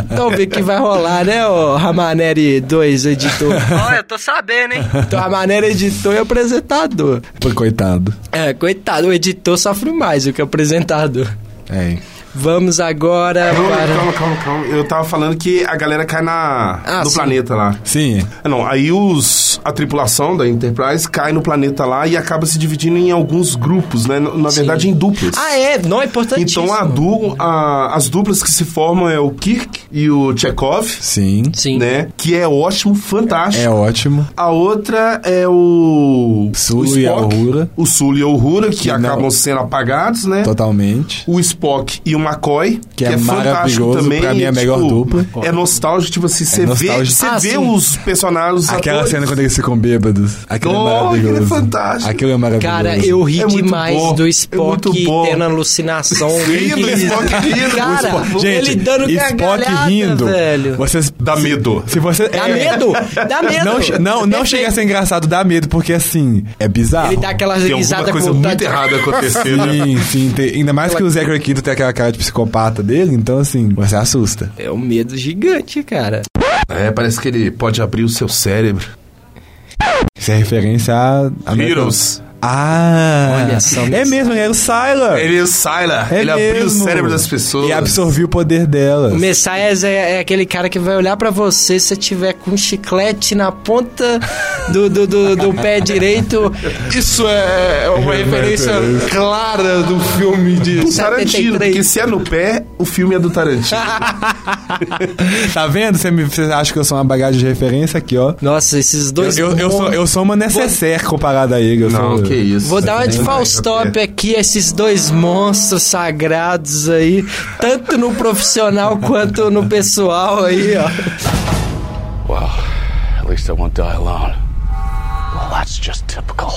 C: Cê tá ouvindo que vai rolar, né, ô Ramaneri 2, editor? Olha, eu tô sabendo, hein? Então, Ramaneri, editor e apresentador.
A: Pô, coitado.
C: É, coitado, o editor sofre mais do que o apresentador.
A: É.
C: Vamos agora
D: Calma,
C: para...
D: calma, calma, calma. Eu tava falando que a galera cai na.
C: Ah,
D: no
C: sim.
D: planeta lá.
A: Sim.
D: Ah, Não, aí os a tripulação da Enterprise cai no planeta lá e acaba se dividindo em alguns grupos, né? Na, na verdade, em duplas.
C: Ah, é, não é importantíssimo.
D: Então a du, a- as duplas que se formam é o Kirk e o Chekhov,
A: Sim.
C: Sim.
D: né? Que é ótimo, fantástico.
A: É ótimo.
D: A outra é o.
A: Sul
D: o
A: e a
D: Spock.
A: Uhura.
D: O Sul e a Uhura, que,
A: Que não-
D: acabam sendo apagados, né?
A: Totalmente.
D: O Spock e o McCoy,
A: Que é maravilhoso, pra mim é a melhor dupla.
D: É nostálgico, tipo assim, você vê,
A: nostálgico.
D: você
C: Ah,
D: vê
C: sim.
D: os personagens. os
A: Aquela
D: atores.
A: cena quando eles ficam bêbados. Aquilo
D: Oh,
A: é
D: aquilo é
A: maravilhoso.
D: fantástico.
A: Aquilo é maravilhoso.
C: Cara, eu ri
D: É muito
C: demais
D: bom,
C: do
D: é
C: Spock
D: muito bom.
C: tendo alucinação.
D: Rindo, Spock rindo.
C: Cara,
D: O Spock-
C: ele dando
A: Spock
C: gargalhada,
A: rindo.
C: velho.
A: Vocês,
D: Dá medo.
A: Se você,
C: Dá
A: é.
C: medo, dá medo.
A: Não, che- não, não
C: Perfeito.
A: chega a ser engraçado, dá medo, porque assim, é bizarro.
C: Ele dá aquela
D: Tem
C: risada
D: alguma coisa
C: com
D: muito errada acontecendo. né?
A: Sim, sim. tem- ainda mais que o Zachary Quinto tem aquela cara de psicopata dele, então assim, você assusta.
C: É um medo gigante, cara.
D: É, parece que ele pode abrir o seu cérebro.
A: Isso é referência a. a
D: Heroes.
A: Ah!
C: Olha só,
A: é
C: mas-
A: mesmo, é o Sylar.
D: Ele é Sylar,
A: É
D: ele abriu o
A: mesmo.
D: cérebro das pessoas.
A: E absorveu o poder delas.
C: O Messias é, é aquele cara que vai olhar pra você se você tiver com um chiclete na ponta do, do, do, do pé direito.
D: Isso é uma referência clara do filme de Tarantino,
C: 73.
D: porque se é no pé, o filme é do Tarantino.
A: Tá vendo? Você me- você acha que eu sou uma bagagem de referência aqui, ó.
C: Nossa, esses
A: Eu,
C: dois...
A: eu, eu sou, eu sou uma necessaire comparada a ele. Eu
D: Não,
A: sou...
D: que isso.
C: Vou dar uma de
D: Não,
C: false top aqui, esses dois monstros sagrados aí, tanto no profissional quanto no pessoal aí, ó.
B: Well, at least I won't die alone. Well, that's just typical.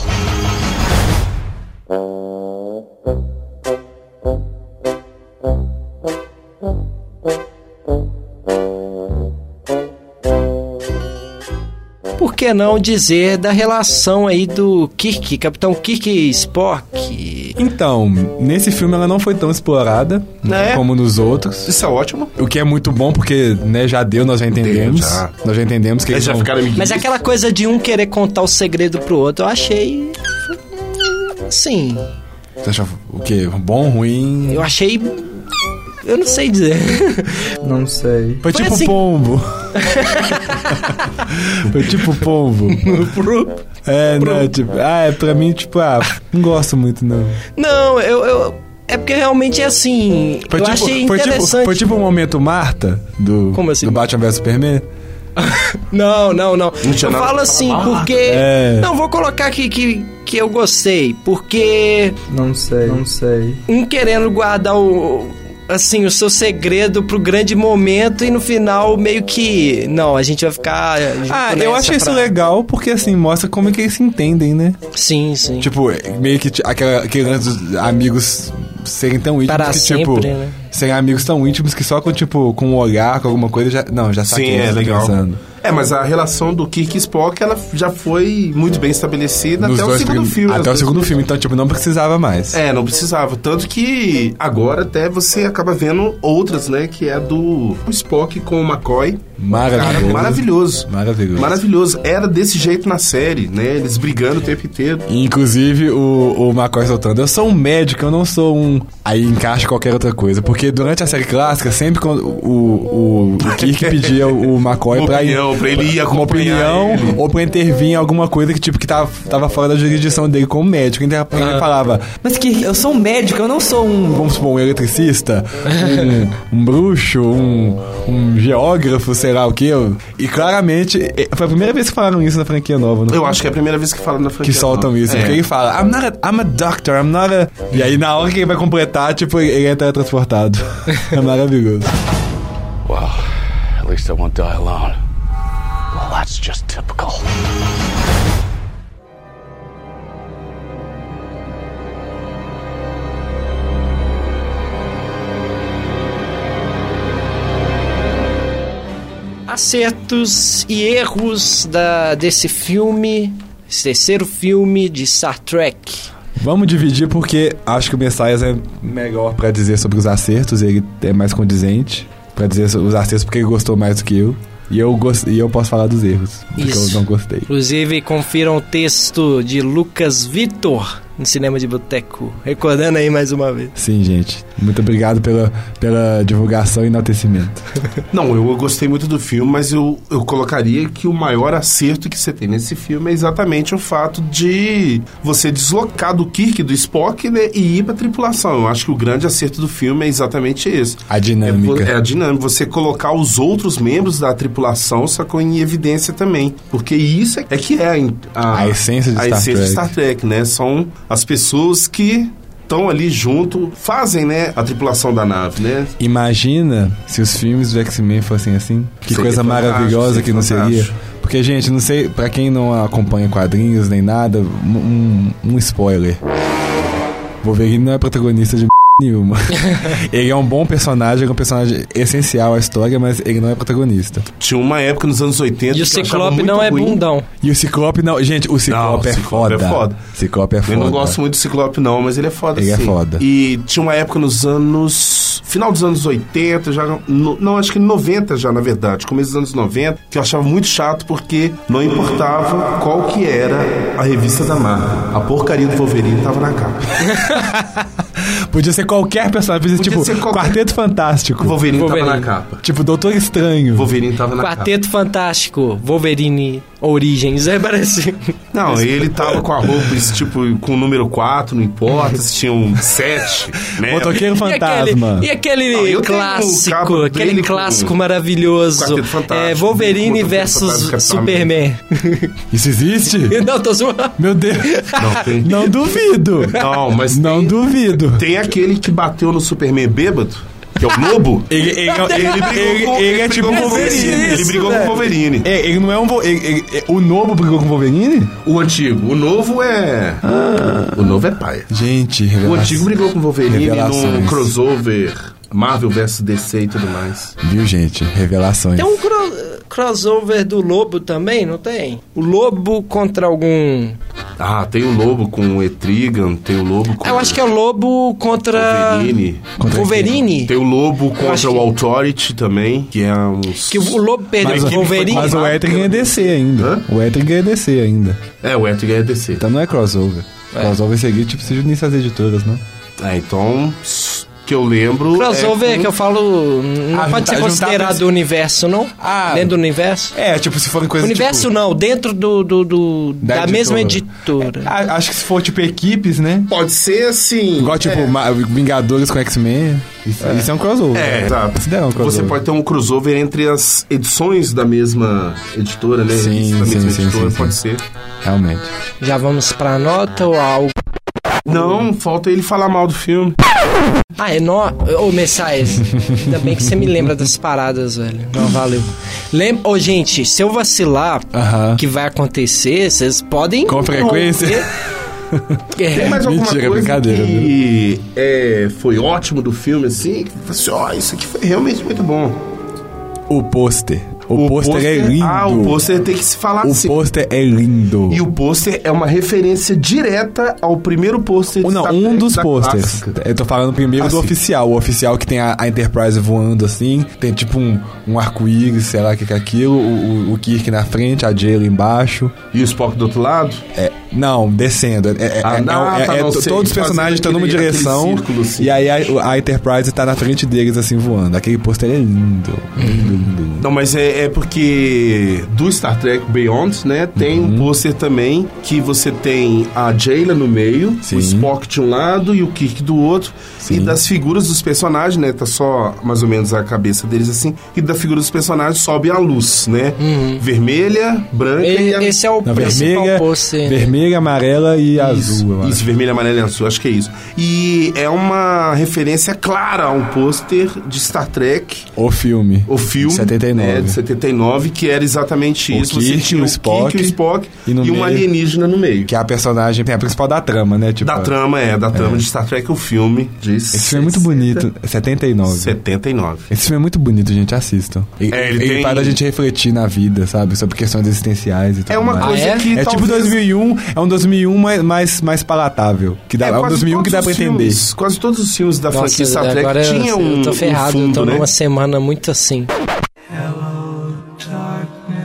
C: Por que não dizer da relação aí do Kirk, Capitão Kirk e Spock?
A: Então, nesse filme ela não foi tão explorada
C: Né?
D: É.
A: como nos outros.
D: Isso é ótimo.
A: O que é muito bom, porque né, já deu, nós já entendemos.
D: Deu, já.
A: Nós já entendemos que
D: Eles já
A: vão-
D: ficaram
C: Mas
D: amiguinhos.
C: aquela coisa de um querer contar o segredo pro outro, eu achei. Sim,
A: Você acha Então o quê? Bom, ruim.
C: eu achei. Eu não sei dizer.
A: Foi, tipo
C: assim-
A: pombo. foi tipo pombo. É, não, tipo, ah, é pra mim, tipo, ah, não gosto muito, não.
C: Não, eu. eu- é porque realmente é assim.
A: Foi
C: eu
A: tipo,
C: achei
A: foi tipo-
C: interessante.
A: foi tipo o momento Marta do,
C: Como assim?
A: do Batman vs Superman.
C: Não, não, não.
D: tinha
C: eu
D: nada
C: falo
D: pra
C: assim,
D: falar.
C: porque.
A: É.
C: Não, vou colocar aqui que, que eu gostei. Porque
J: Não sei, não sei.
C: um querendo guardar o. Assim, o seu segredo pro grande momento e no final meio que. Não, a gente vai ficar. junto
A: Ah, eu
C: nessa
A: acho isso
C: pra-
A: legal porque assim mostra como é que eles se entendem, né?
C: Sim, sim.
A: Tipo, meio que t- aquela, aquele lance dos amigos serem tão íntimos
C: Para
A: que,
C: sempre,
A: tipo.
C: né?
A: Serem amigos tão íntimos que só com, tipo, com um olhar, com alguma coisa, já. Não, já saquei
D: Sim,
A: o que
D: é
A: eu tô
D: legal.
A: pensando.
D: É, mas a relação do Kirk e Spock, ela já foi muito bem estabelecida
A: Nos
D: até o
A: dois
D: segundo
A: prim-
D: filme.
A: Até o
D: As-
A: segundo filme, então, tipo, não precisava mais.
D: É, não precisava. Tanto que agora até você acaba vendo outras, né? Que é do Spock com o McCoy.
A: Maravilhoso.
D: Cara, maravilhoso.
A: Maravilhoso.
D: Maravilhoso. Era desse jeito na série, né? Eles brigando o tempo inteiro.
A: Inclusive, o, o McCoy soltando. Eu sou um médico, eu não sou um. Aí encaixa qualquer outra coisa. Porque durante a série clássica, sempre quando o, o, o Kirk pedia o, o McCoy
D: Uma
A: pra,
D: opinião, pra ele ir
A: uma
D: acompanhar
A: opinião
D: ele.
A: ou pra intervir em alguma coisa que, tipo, que tava, tava fora da jurisdição dele como médico. Então ele falava, mas que eu sou um médico, eu não sou um, vamos supor, um eletricista, um, um bruxo, um, um geógrafo, sei lá o que. E claramente, eh, foi a primeira vez que falaram isso na franquia nova, não foi?
D: Eu acho que é a primeira vez que fala na franquia.
A: que soltam
D: não.
A: isso. né?
D: É.
A: Porque ele fala, I'm not a, I'm a doctor, I'm not a... E aí na hora que ele vai completar, tipo, ele é teletransportado. é maravilhoso.
B: Well, at least I won't die alone. Well, that's just typical.
C: acertos e erros da, desse filme, esse terceiro filme de Star Trek.
A: Vamos dividir porque acho que o Messias é melhor pra dizer sobre os acertos, ele é mais condizente pra dizer so- os acertos porque ele gostou mais do que eu. E eu, gos- e eu posso falar dos erros, porque
C: Isso.
A: eu não gostei.
C: Inclusive, confiram o texto de Lucas Vitor no Cinema de Boteco. Recordando aí mais uma vez.
A: Sim, gente. Muito obrigado pela, pela divulgação e enaltecimento.
D: Não, eu gostei muito do filme, mas eu, eu colocaria que o maior acerto que você tem nesse filme é exatamente o fato de você deslocar do Kirk, do Spock, né, e ir pra tripulação. Eu acho que o grande acerto do filme é exatamente esse.
A: A
D: É vo- É,
A: dinâmica.
D: a dinâmica. Você colocar os outros membros da tripulação, sacou em evidência também. Porque isso é é que é a, in-
A: A essência de
D: a
A: Star
D: essência
A: Trek.
D: de Star Trek, né? São as pessoas que estão ali junto, fazem, né, a tripulação da nave, né?
A: Imagina se os filmes do X-Men fossem assim. Que
D: Seria
A: coisa
D: fantástico,
A: maravilhosa
D: seria
A: que não seria.
D: fantástico.
A: Porque, gente, não sei, pra quem não acompanha quadrinhos nem nada, um, um spoiler. Wolverine não é protagonista de m- nenhuma. ele é um bom personagem, ele é um personagem essencial à história, mas ele não é protagonista.
D: Tinha uma época nos anos 80
C: E o
D: que eu achava
C: Ciclope
D: muito
C: não é
D: ruim. Ah,
C: bundão.
A: E o Ciclope não. Gente, o Ciclope,
D: Não,
A: é,
D: o Ciclope é
A: foda.
D: foda.
A: Ciclope é foda.
D: Eu não gosto muito do Ciclope, não, mas ele é foda,
A: Ele é
D: sim.
A: foda.
D: E tinha uma época nos anos... Final dos anos 80, já... no- não, acho que 90 já, na verdade. Começo dos anos 90, que eu achava muito chato porque não importava qual que era a revista da Marvel. A porcaria do Wolverine tava na capa.
A: Podia ser qualquer personagem, podia ser
D: Podia
A: tipo
D: ser qualquer-
A: Quarteto Fantástico.
D: O Wolverine, tava
C: Wolverine.
D: na capa.
A: Tipo Doutor Estranho.
D: O Wolverine tava na capa.
C: Quarteto Fantástico, Wolverine Origins, é parecido.
D: Não, ele tava com a roupa, esse tipo, com o número 4, não importa, se tinha um 7, né?
A: Motoqueiro Fantasma.
C: E aquele, e aquele
D: Ah, eu tenho o
C: clássico,
D: cabo
C: aquele
D: dele com-
C: clássico
D: Quarteto
C: maravilhoso.
D: Fantástico,
C: É, Wolverine
D: Motoqueiro Fantástico,
C: versus
D: Capitão
C: Superman.
A: Isso existe?
C: Não, tô zoando.
A: Meu Deus.
D: Não, tem...
A: Não duvido.
D: Não, mas
A: Não
D: tem-
A: duvido.
D: Tem aquele que bateu no Superman bêbado, que é o Lobo.
A: Ele, ele- ele-
D: Ele brigou
A: ele-
D: com,
A: ele é tipo um
D: brigou com o Wolverine.
A: Wolverine.
D: Ele brigou com o Wolverine.
A: É, ele não é um. Vo- ele- ele- é- o Novo brigou com o Wolverine?
D: O antigo. O novo é. O novo é paia.
A: Gente,
D: O
A: Ah. revelação.
D: antigo brigou com o Wolverine num
A: Revelações.
D: crossover Marvel vs DC e tudo mais.
A: Viu, gente? Revelações.
C: Tem um cro- crossover do Lobo também, não tem? O Lobo contra algum.
D: Ah, tem o Lobo com o Etrigan, tem o Lobo com
C: Eu acho que é o Lobo
D: o
C: contra.
D: Wolverine.
A: Contra
C: Wolverine?
A: um
D: Tem o Lobo contra
C: acho
D: o
C: que-
D: Authority também, que é uns...
C: Que o Lobo
D: Mas
C: perdeu
D: o-
C: pro Wolverine. um
A: Mas o Etrigan é DC ainda.
D: Hã?
A: O Etrigan é DC ainda.
D: É, o Etrigan é DC.
A: Então não é crossover. Crossover seguir, tipo, se junir essas editoras, não?
D: É, então... Que eu lembro...
C: Crossover
D: é
C: que eu falo. Não
A: Ah,
C: pode
A: juntar-
C: ser
A: juntar
C: considerado
A: pers-
C: o universo, não?
A: Ah.
C: Dentro do universo?
A: É, tipo, se forem coisas.
C: universo não, dentro do. do, do- da
A: editora.
C: mesma editora.
A: acho que se for, tipo, equipes, né?
D: Pode ser assim...
A: Igual, tipo,
D: é.
A: Ma- Vingadores com X-Men. Isso é. isso é um crossover.
D: É,
C: tá.
D: exato.
A: Isso daí é um crossover.
D: Você pode ter um crossover entre as edições da mesma editora, né?
A: Sim,
D: Revistas da
A: sim,
D: mesma
A: sim,
D: editora,
A: sim,
D: pode
A: sim.
D: ser.
A: Realmente.
C: Já vamos pra nota ou algo?
D: Não, falta ele falar mal do filme.
C: Ah, é nó. Ô, Messias, ainda bem que você me lembra das paradas, velho. Não, valeu. Lem... Ô, gente, se eu vacilar,
A: Aham.
C: que vai acontecer, vocês podem.
A: Com frequência.
C: É.
D: Mas
A: Mentira, brincadeira,
D: que é, foi assim, ótimo do filme, assim, que você, ó, isso aqui foi realmente muito bom.
A: O pôster. O, pôster é lindo.
D: Ah, o pôster tem que se falar
A: O
D: assim.
A: pôster é lindo.
D: E o pôster é uma referência direta ao primeiro pôster de
A: Ou Não,
D: Star
A: um
D: Trek
A: dos É.
D: da
A: posters.
D: clássica.
A: Eu tô falando primeiro do
D: Assim.
A: oficial. O oficial que tem a, a Enterprise voando assim, tem tipo um, um arco-íris, sei lá o que que é aquilo, o, o- o Kirk na frente, a Jay ali embaixo.
D: E o Spock do outro lado?
A: É, não, descendo. É, é-
D: Ah,
A: é-
D: tá,
A: é- é-
D: não
A: é-
D: sei,
A: todos os
D: fazendo
A: personagens estão numa
D: aquele- aquele
A: direção
D: círculo, assim.
A: e aí a, a Enterprise tá na frente deles assim voando. Aquele pôster é lindo. Lindo, lindo, lindo.
D: Não, mas é, é porque do Star Trek Beyond, né, tem
A: Uhum.
D: um pôster também que você tem a Jayla no meio,
A: Sim.
D: o Spock de um lado e o Kirk do outro, e das figuras dos personagens, né, tá só mais ou menos a cabeça deles assim, e da figura dos personagens sobe a luz, né, vermelha, branca e, a...
C: E- Esse é o
A: Na
C: principal
A: vermelha,
C: pôster. né?
A: vermelha, amarela e
D: Isso,
A: azul. eu acho.
D: isso, vermelho, amarelo e azul, acho que é isso. E é uma referência clara a um pôster de Star Trek
A: O filme.
D: o filme
A: De 79.
D: né, de 79 que era exatamente
A: O
D: isso.
A: Kirk, o
D: o
A: Spock,
D: Kirk, o Spock
A: e
D: e,
A: no meio-
D: um alienígena no meio.
A: Que é a personagem, é a principal da trama, né? Tipo,
D: Da trama, é, da trama de Star Trek, o filme de
A: Esse filme é muito
D: 60,
A: bonito. 79.
D: 79.
A: Esse filme é muito bonito, gente. Assistam. Ele,
D: É, ele
A: ele
D: tem-
A: faz a gente refletir na vida, sabe? Sobre questões existenciais e tudo
D: É uma
A: mais.
D: coisa
C: é?
D: que
A: É tipo
D: talvez-
A: 2001, é um 2001 mais, mais, mais palatável. Que dá, é, um
D: quase
A: 2001 que
D: todos
A: dá pra
D: os
A: entender.
D: filmes- quase todos os filmes da
C: Nossa, é,
D: franquia Star Trek
C: agora
D: tinham
C: eu,
D: um,
C: eu tô
D: um
C: ferrado, eu
D: fundo,
C: tô
D: né?
C: numa semana muito assim.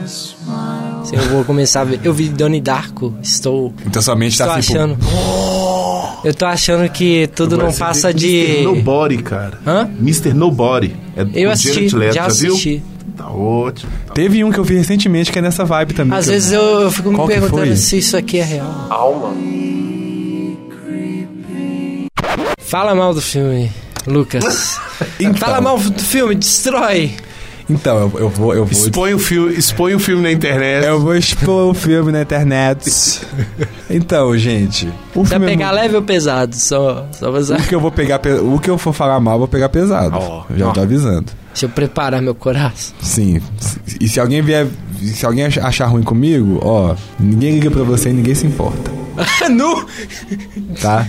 C: Assim, Eu vou começar a ver. Eu vi Doni Darko, estou,
A: Então sua mente
C: estou
A: tá assim, pô,
C: achando. Eu tô achando que tudo não
D: Você vê
C: passa
D: Mr.
C: de.
D: é Nobody, cara.
C: Hã?
D: Mr. Nobody. É
C: Eu
D: com
C: assisti,
D: Jared Leto,
C: já
D: viu?
C: assisti.
D: Tá ótimo.
A: Teve um que eu vi recentemente que é nessa vibe também.
C: Às
A: que eu-
C: vezes eu, eu fico me
A: Qual que foi?
C: perguntando se isso aqui é real. Alma. Fala mal do filme, Lucas.
A: Então.
C: Fala mal do filme, destrói.
A: Então, eu, eu vou... Eu vou
D: Expõe o filme, expõe o filme na internet.
A: eu vou expor o filme na internet. Então, gente... O
C: Pra
A: filme é
C: pegar
A: mu-
C: leve ou pesado? Só, só pra
A: o que eu vou pegar... pe- O que eu for falar mal, eu vou pegar pesado.
D: Ó,
A: Já
D: ó.
A: tô avisando.
C: Deixa eu preparar meu coração.
A: Sim. E se alguém vier. Se alguém ach- achar ruim comigo, ó, ninguém liga pra você e ninguém se importa,
C: nu,
A: tá?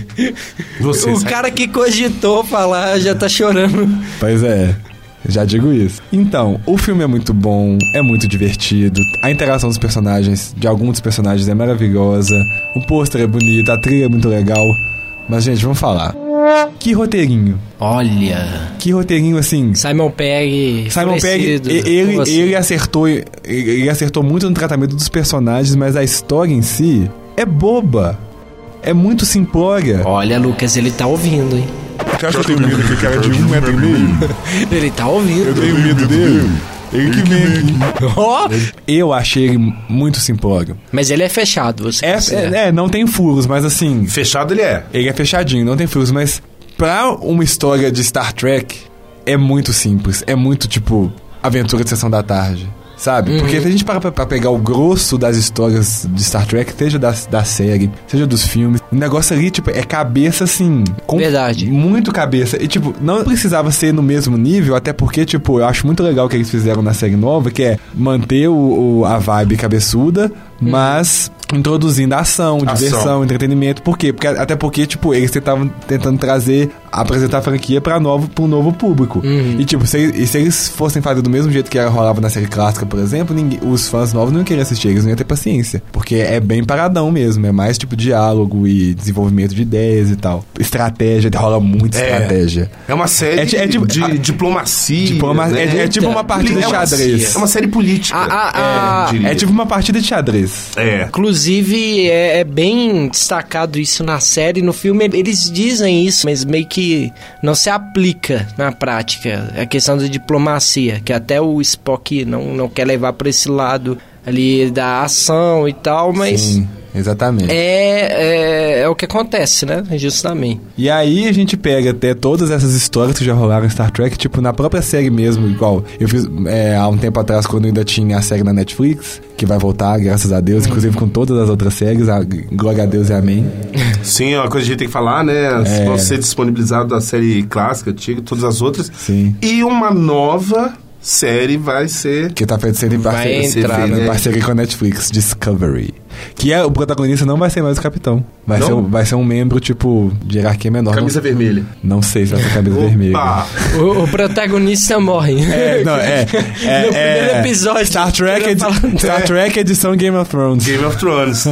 D: Você,
C: o
D: sabe?
C: cara que cogitou falar já tá chorando.
A: Pois é. Já digo isso. Então, o filme é muito bom, é muito divertido. A interação dos personagens, de alguns dos personagens, é maravilhosa. O pôster é bonito, a trilha é muito legal. Mas, gente, vamos falar. Que roteirinho.
C: Olha.
A: Que roteirinho, assim.
C: Simon Pegg.
A: Simon Pegg,
C: enfurecido
A: e-
C: com
A: ele,
C: você.
A: ele acertou ele- ele acertou muito no tratamento dos personagens, mas a história em si é boba. É muito simplória.
C: Olha, Lucas, ele tá ouvindo, hein?
I: Você acha que eu tenho medo que o cara de um
D: é
I: metro e meio?
C: Ele tá ouvindo.
I: Eu tenho medo dele. Ele que vem aqui.
C: Ó,
A: Eu achei ele muito simplório.
C: Mas ele é fechado, você
A: É,
C: considera.
A: é- é, não tem furos, mas assim,
D: Fechado ele é.
A: ele é fechadinho, não tem furos, mas pra uma história de Star Trek é muito simples, é muito tipo aventura de sessão da tarde. Sabe? Porque se a gente para pra, pra pegar o grosso das histórias de Star Trek, seja da, da série, seja dos filmes, o negócio ali, tipo, é cabeça assim. com-
C: Verdade.
A: Muito cabeça. E, tipo, não precisava ser no mesmo nível, até porque, tipo, eu acho muito legal o que eles fizeram na série nova, que é manter o, o- a vibe cabeçuda, mas introduzindo ação,
D: Ação.
A: diversão, entretenimento. Por quê? Porque, até porque, tipo, eles estavam tentando trazer, apresentar a franquia pra, novo, pra um novo público. E, tipo, se, e se eles fossem fazer do mesmo jeito que era- rolava na série clássica, por exemplo, ninguém- os fãs novos não iam querer assistir, eles não iam ter paciência. Porque é bem paradão mesmo, é mais, tipo, diálogo e desenvolvimento de ideias e tal. Estratégia, rola muita
D: É.
A: estratégia.
D: É uma série
A: É ti- é tipo-
D: de
A: a-
D: diplomacia.
A: Diploma-
D: né?
A: é, é tipo uma partida de
D: É uma-
A: xadrez.
D: É uma série política.
C: Ah, ah, ah.
D: é, diria.
A: É tipo uma partida de xadrez.
D: É.
C: Inclusive, é, é bem destacado isso na série. No filme, eles dizem isso, mas meio que não se aplica na prática. É a questão da diplomacia, que até o Spock não, não quer levar pra esse lado ali da ação e tal, mas.
A: Sim, exatamente.
C: É, é, é o que acontece, né? Justamente.
A: E aí a gente pega até todas essas histórias que já rolaram em Star Trek, tipo, na própria série mesmo, igual eu fiz é, há um tempo atrás, quando ainda tinha a série na Netflix, que vai voltar, graças a Deus, inclusive com todas as outras séries, a, glória a Deus e amém.
D: Sim, é uma coisa que a gente tem que falar, né?
A: É.
D: As- Vão ser disponibilizadas da série clássica, antiga, todas as outras.
A: Sim.
D: E uma nova série vai ser.
A: Que tá sendo em
C: Vai
A: parceria,
C: entrar,
A: em
D: né?
A: parceria com a Netflix, Discovery. Que é, o protagonista não vai ser mais o capitão. Vai,
D: Não?
A: Ser, um- vai ser um membro, tipo, de hierarquia menor.
D: Camisa
A: não,
D: vermelha.
A: não sei se vai ser camisa vermelha.
D: Opa!
C: O, o protagonista morre.
A: É, não, é. é,
C: No
A: é-
C: primeiro episódio,
A: Star Trek,
C: eu
A: edi-
C: falando.
A: Star Trek é edição Game of Thrones.
D: Game of Thrones.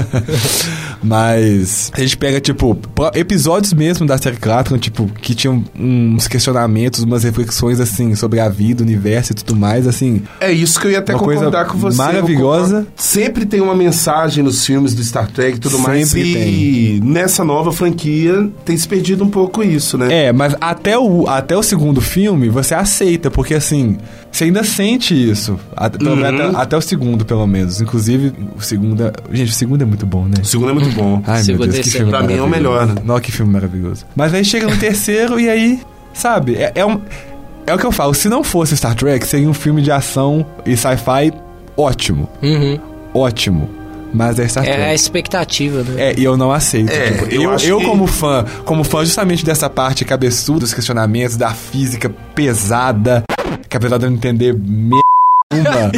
A: Mas a gente pega, tipo, pro- episódios mesmo da série Clatron, tipo, que tinham uns questionamentos, umas reflexões, assim, sobre a vida, o universo e tudo mais, assim.
D: É isso que eu ia até
A: Uma coisa
D: concordar com você.
A: maravilhosa.
D: Eu concordo. Sempre tem uma mensagem nos filmes do Star Trek e tudo mais.
A: Sempre
D: E nessa nova franquia tem se perdido um pouco isso, né?
A: É, mas até o, até o segundo filme você aceita, porque assim, você ainda sente isso. Até, pelo menos até- até o segundo, pelo menos. Inclusive, o segundo. é- Gente, o segundo é muito bom, né?
D: O segundo é muito bom.
A: Ai, meu
C: Segundo
A: Deus,
C: e
A: que
C: terceiro.
A: filme
D: Pra mim é o
A: maravilhoso.
D: melhor, né?
A: Nossa, que filme maravilhoso. Mas aí chega no terceiro e aí, sabe, é, é um- é o que eu falo, se não fosse Star Trek, seria um filme de ação e sci-fi ótimo.
C: Uhum.
A: Ótimo. Mas é Star
C: É a
A: Trek.
C: expectativa, né?
A: É, e eu não aceito.
D: É,
A: tipo,
D: eu
A: eu, eu,
D: acho que-
A: como fã, como fã justamente dessa parte cabeçuda, dos questionamentos, da física pesada, que apesar de eu não entender merda nenhuma,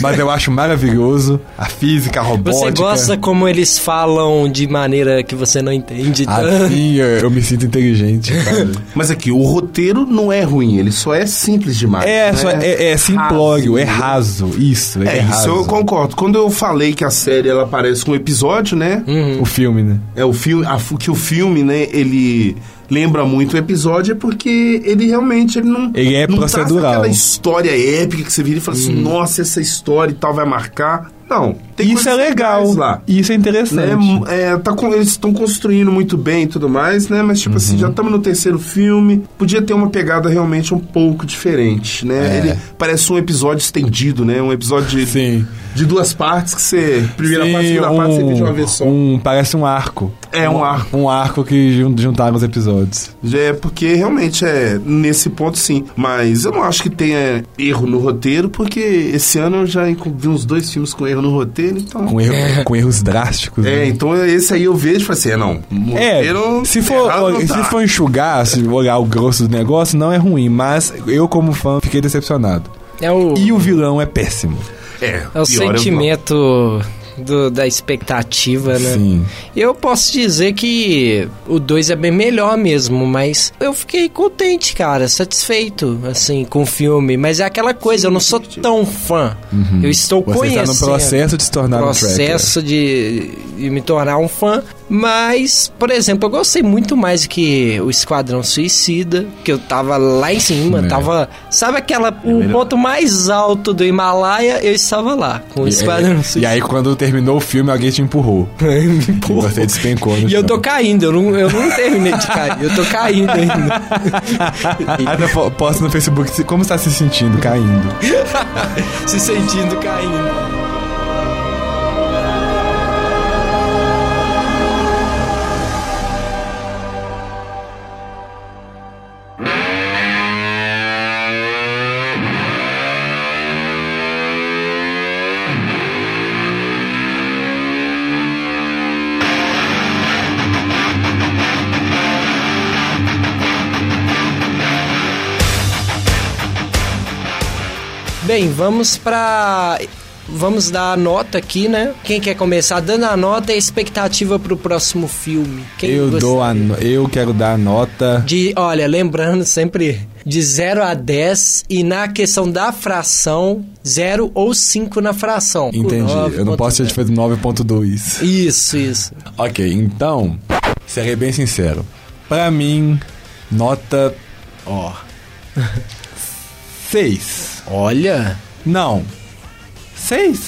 A: mas eu acho maravilhoso a física, a robótica.
C: Você gosta como eles falam de maneira que você não entende tanto?
A: Assim, eu, eu me sinto inteligente, cara.
D: Mas aqui, o roteiro não é ruim, ele só é simples demais.
A: É,
D: né?
A: só, é, é simplório, é raso. Isso, ele é,
D: É, isso
A: raso.
D: eu concordo. Quando eu falei que a série ela aparece com um episódio, né?
A: O filme, né?
D: É o filme, a fu- que o filme, né, ele lembra muito o episódio é porque ele realmente ele não
A: Ele é
D: não traz
A: procedural. Hum.
D: aquela história épica que você vira e fala assim, nossa, essa história e tal vai marcar. Não, tem
A: isso é
D: coisas
A: legal.
D: legais lá.
A: Isso é
D: Né,
A: interessante.
D: m- é, tá com, eles estão construindo muito bem e tudo mais, né? Mas, tipo
A: Uhum.
D: assim, já estamos no terceiro filme. Podia ter uma pegada realmente um pouco diferente, né? Ele parece um episódio estendido, né? Um episódio de,
A: É. Sim.
D: de duas partes que você. Primeira parte,
A: Sim,
D: segunda parte, você vê de uma vez só.
A: um- parece um arco.
D: É, um arco.
A: Um arco que jun- juntaram os episódios.
D: É, porque realmente é nesse ponto sim. Mas eu não acho que tenha erro no roteiro, porque esse ano eu já enco- vi uns dois filmes com erro no roteiro, então.
A: Com, erro- com erros drásticos.
D: É,
A: né?
D: então esse aí eu vejo e falo assim: é não. no roteiro,
A: É, se for,
D: errado não tá.
A: se for enxugar, se olhar o grosso do negócio, não é ruim, mas eu, como fã, fiquei decepcionado.
C: É o,
A: E o vilão é péssimo.
D: É,
C: é o
D: pior
C: sentimento do- da expectativa,
D: É.
C: né?
A: Sim.
C: Eu posso dizer que o 2 é bem melhor mesmo, mas eu fiquei contente, cara, satisfeito, assim, com o filme. Mas é aquela coisa, eu não sou tão fã. Eu estou
A: Uhum. Você está
C: conhecendo.
A: no processo de se tornar um tracker.
C: processo de, de me tornar um fã. Mas, por exemplo, eu gostei muito mais que o Esquadrão Suicida, que eu tava lá em cima,
A: É.
C: tava. Sabe aquela. o ponto mais alto do Himalaia, eu estava lá, com o
A: E,
C: Esquadrão
A: é, e
C: Suicida.
A: aí, quando terminou o filme, alguém te empurrou. E você despencou no
C: E eu tô
A: chão.
C: caindo, eu não, eu não terminei de cair, eu tô caindo ainda.
A: Ah, eu po- posto no Facebook se- como está se sentindo caindo.
C: se sentindo caindo. Bem, vamos pra. Vamos dar a nota aqui, né? Quem quer começar dando a nota e a expectativa pro próximo filme? Quem
A: eu
C: gostaria?
A: dou a no- eu quero dar a nota
C: De, olha, lembrando sempre de 0 a 10 e na questão da fração, 0 ou 5 na fração.
A: Entendi. Eu não posso ter te feito 9.2.
C: Isso, isso.
A: Ok, então, serei bem sincero. Pra mim, nota. Ó. 6.
C: Olha.
A: Não. 6?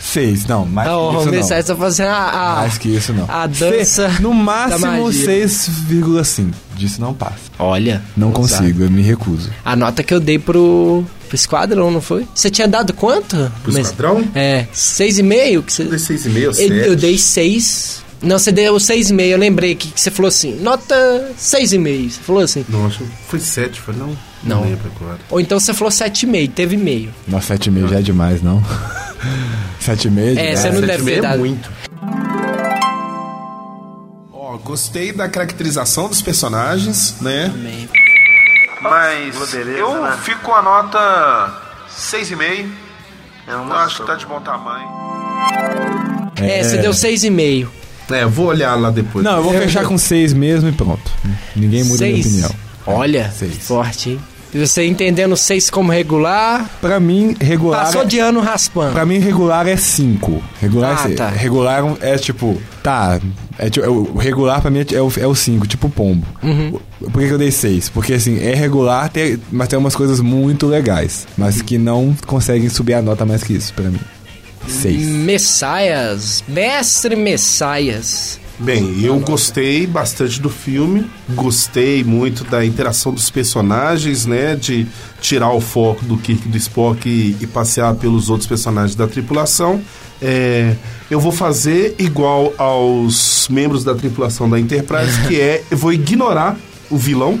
A: 6, não. Mais
C: Ah, o
A: que isso,
C: Romeu
A: não.
C: Sérgio tá fazendo a, a-
A: Mais que isso, não.
C: a dança
A: Se- no
C: da
A: máximo,
C: magia.
A: 6,5. Disso não passa.
C: Olha.
A: Não
C: ousado.
A: consigo, eu me recuso.
C: A nota que eu dei pro, pro esquadrão, não foi? Você tinha dado quanto?
D: Pro esquadrão?
C: É, 6,5 que você...
D: Eu dei 6,5,
C: Eu,
D: 7.
C: eu dei 6. Não, você deu 6,5. Eu lembrei que, que você falou assim, nota 6,5. Você falou assim.
D: Não, acho que foi 7, foi não?
C: Não.
D: lembro agora.
C: Ou então você falou 7,5, teve meio.
A: Nossa, 7,5 já é demais, não? 7,5
C: É,
A: demais.
C: você não
D: Sete
C: deve
D: e meio
C: ter
D: é
C: dado.
D: muito.
K: Ó, gostei da caracterização dos personagens, né?
C: Meio.
K: Mas eu fico com a nota 6,5. Eu acho que tá de bom tamanho.
C: É, você deu 6,5.
D: É, eu vou olhar lá depois.
A: Não, eu vou fechar com seis mesmo e pronto. Ninguém muda
C: Seis?
A: minha opinião.
C: Olha, forte, hein? E você entendendo 6 como regular,
A: Pra mim, regular.
C: passou
A: é-
C: de ano raspando.
A: Pra mim, regular é 5. Regular,
C: Ah,
A: é, se-
C: tá.
A: regular é tipo. Tá. É, tipo- é o o regular pra mim é o 5, é o cinco, tipo pombo.
C: Uhum.
A: O- Por que, que eu dei 6? Porque assim, é regular, tem- mas tem umas coisas muito legais. Mas que não conseguem subir a nota mais que isso pra mim.
C: Hum.
A: 6.
C: Messaias, mestre Messaias.
D: Bem, eu gostei bastante do filme, gostei muito da interação dos personagens, né? De tirar o foco do Kirk e do Spock e, e passear pelos outros personagens da tripulação. É, eu vou fazer igual aos membros da tripulação da Enterprise, que é eu vou ignorar o vilão,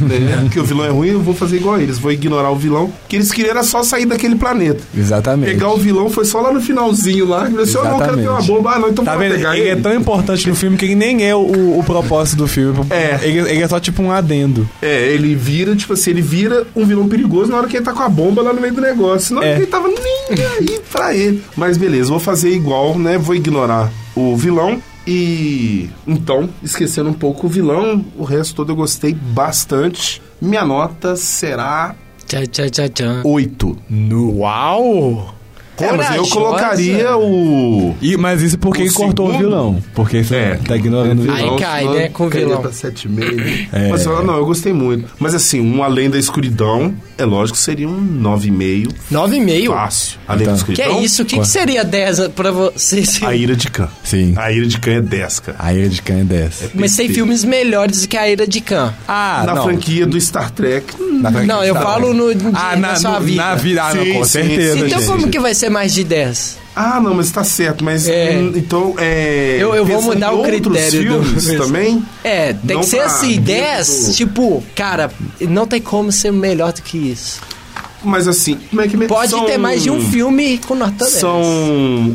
D: né? Porque o vilão é ruim, eu vou fazer igual a eles, vou ignorar o vilão, que eles queriam era só sair daquele planeta.
A: Exatamente.
D: Pegar o vilão foi só lá no finalzinho lá, que eles falaram, "Ah, não, o cara tem uma
A: Exatamente.
D: bomba, ah, não, então
A: Tá
D: vamos
A: vendo?
D: pegar
A: Ele é tão importante no filme que ele nem é o, o propósito do filme.
D: É.
A: Ele, ele é só tipo um adendo.
D: É, ele vira, tipo assim, ele vira um vilão perigoso na hora que ele tá com a bomba lá no meio do negócio. Na hora
A: É.
D: que ele tava nem aí pra ele. Mas beleza, vou fazer igual, né? Vou ignorar o vilão. E então, esquecendo um pouco o vilão, o resto todo eu gostei bastante. Minha nota será
C: Tchan, tchan, tchan, tchan.
D: 8.
A: No.
C: Uau!
D: É, mas eu
C: Corajosa.
D: colocaria o.
A: E, mas isso porque
D: O
A: ele cortou
D: segundo?
A: o vilão. Porque você
D: É.
A: tá ignorando o vilão.
C: Aí cai,
D: senão
C: né, com o
D: cairia
C: vilão.
D: Pra 7,5. Mas ó, não, eu gostei muito. Mas assim, um Além da Escuridão, é lógico, seria um 9,5.
C: 9,5?
D: Fácil. Além da
A: Então.
C: Que
D: Escuridão.
C: é isso? O que, que seria 10 pra você?
D: A Ira de Khan.
A: Sim.
D: A Ira de Khan é 10, cara.
A: Aí ele de Khan é 10.
C: Mas tem
D: perfeito.
C: filmes melhores que A Ira de Khan.
A: Ah,
D: Na
A: não.
D: franquia do Star Trek. hum,
A: Na franquia
C: Não, eu
A: Star
C: falo
A: Trek.
C: no, de-
A: Ah,
C: na,
A: na,
C: sua
A: no-
C: vida.
A: na vida. Ah, não,
D: Sim,
A: com
D: sim,
A: certeza,
D: sim.
C: Então
A: gente.
C: como que vai ser mais de 10?
D: Ah, não, mas tá certo, mas.
C: É.
D: hum, Então, é.
C: Eu- eu vou
D: pensando
C: mudar
D: em
C: o
D: outros
C: critério do-
D: filmes também.
C: É, tem
D: Não
C: que ser
D: pra
C: assim,
D: dentro
C: 10,
D: do-
C: tipo, cara, não tem como ser melhor do que isso.
D: Mas assim, como é que me-
C: Pode
D: são-
C: ter mais de um filme com nota 10.
D: São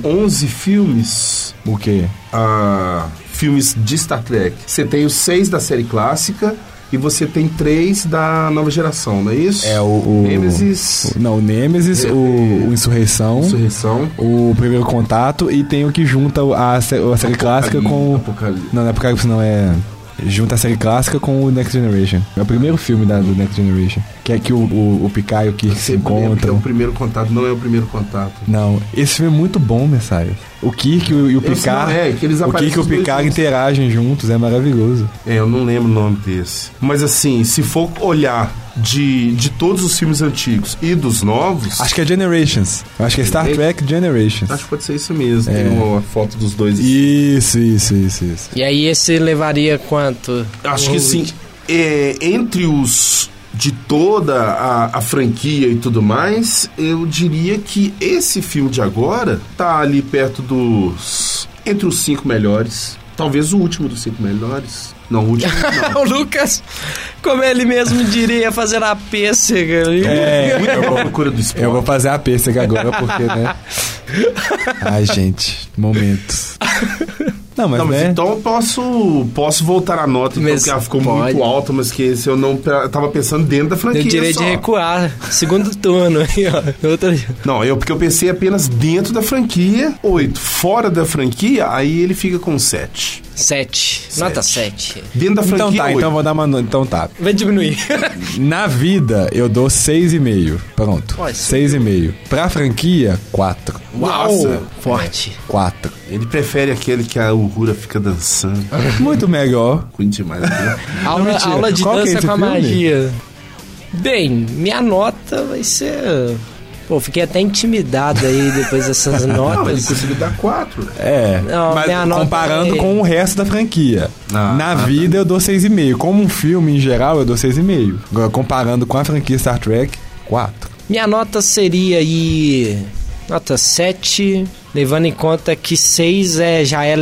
D: 11 filmes.
A: O quê?
D: ah, filmes de Star Trek. Você tem os seis da série clássica e você tem três da nova geração, não é isso?
A: É o... o
D: Nemesis,
A: o- não, o
C: É.
A: Nemesis, o, o Insurreição,
D: Insurreição.
A: o Primeiro Contato e tem o que junta a, sé- a série clássica com...
D: Apocalipse.
A: Não, não é Apocalipse não, é... Junta a série clássica com o Next Generation. É o primeiro filme da, do Next Generation. Que é que o, o, o Picard e o Kirk se
D: Sempre lembra que é
A: encontram.
D: o primeiro contato, não é o primeiro contato.
A: Não, esse filme é muito bom, Messias. O Kirk e o, e o
D: Esse
A: Picard.
D: não é, que eles
A: o
D: aparecem
A: Kirk e o
D: os dois
A: Picard
D: juntos.
A: interagem juntos, é maravilhoso.
D: É, eu não lembro o nome desse. Mas assim, se for olhar de, de todos os filmes antigos e dos novos.
A: Acho que é Generations. Eu Acho que é Star Trek Generations.
D: acho que É. pode ser isso mesmo. Tem uma foto dos dois.
A: Isso, isso, isso, isso.
C: E aí esse levaria quanto?
D: Acho
C: Um
D: que assim, é, entre os de toda a, a franquia e tudo mais, eu diria que esse filme de agora tá ali perto dos. Entre os cinco melhores. Talvez o último dos cinco melhores. Não, o último. Não.
C: O Lucas, como ele mesmo diria, fazer a pêssega. ali.
A: É,
D: É a procura do Spock.
A: eu vou fazer a pêssega agora, porque, né? Ai, gente, momentos. Não, mas,
D: Não, mas
A: né?
D: então eu posso, posso voltar a nota, então,
C: Mas
D: que ela ficou
C: pode.
D: muito alta, mas que esse eu não eu tava pensando dentro da
C: Deu
D: franquia.
C: direito
D: só.
C: de recuar. Segundo turno. Aí, ó. Outra...
D: Não, eu porque eu pensei apenas dentro da franquia, 8. Fora da franquia, aí ele fica com 7.
C: Sete. Nota sete.
D: Dentro é da franquia,
A: Então tá,
D: oito.
A: então eu vou dar uma. no- Então tá.
C: Vai diminuir.
A: Na vida, eu dou 6,5. Pronto.
C: Olha,
A: 6,5. Pra franquia, 4.
D: Nossa.
C: Forte.
A: 4.
D: Ele prefere aquele que a Uhura fica dançando.
A: Muito melhor.
D: Ruim demais. né?
C: Aula,
A: mentira.
C: aula de
A: Qual que é
C: dança
A: esse
C: com a
A: filme?
C: magia. Bem, minha nota vai ser. Pô, fiquei até intimidado aí depois dessas
D: Não, ele
C: notas.
D: conseguiu dar 4.
A: É,
C: Não,
A: mas
C: minha nota
A: comparando
C: é-
A: com o resto da franquia.
D: Ah,
A: Na
D: ah,
A: vida eu dou 6,5. Como um filme em geral, eu dou 6,5. Agora, comparando com a franquia Star Trek, 4.
C: Minha nota seria aí. Nota 7. Levando em conta que 6 é, já é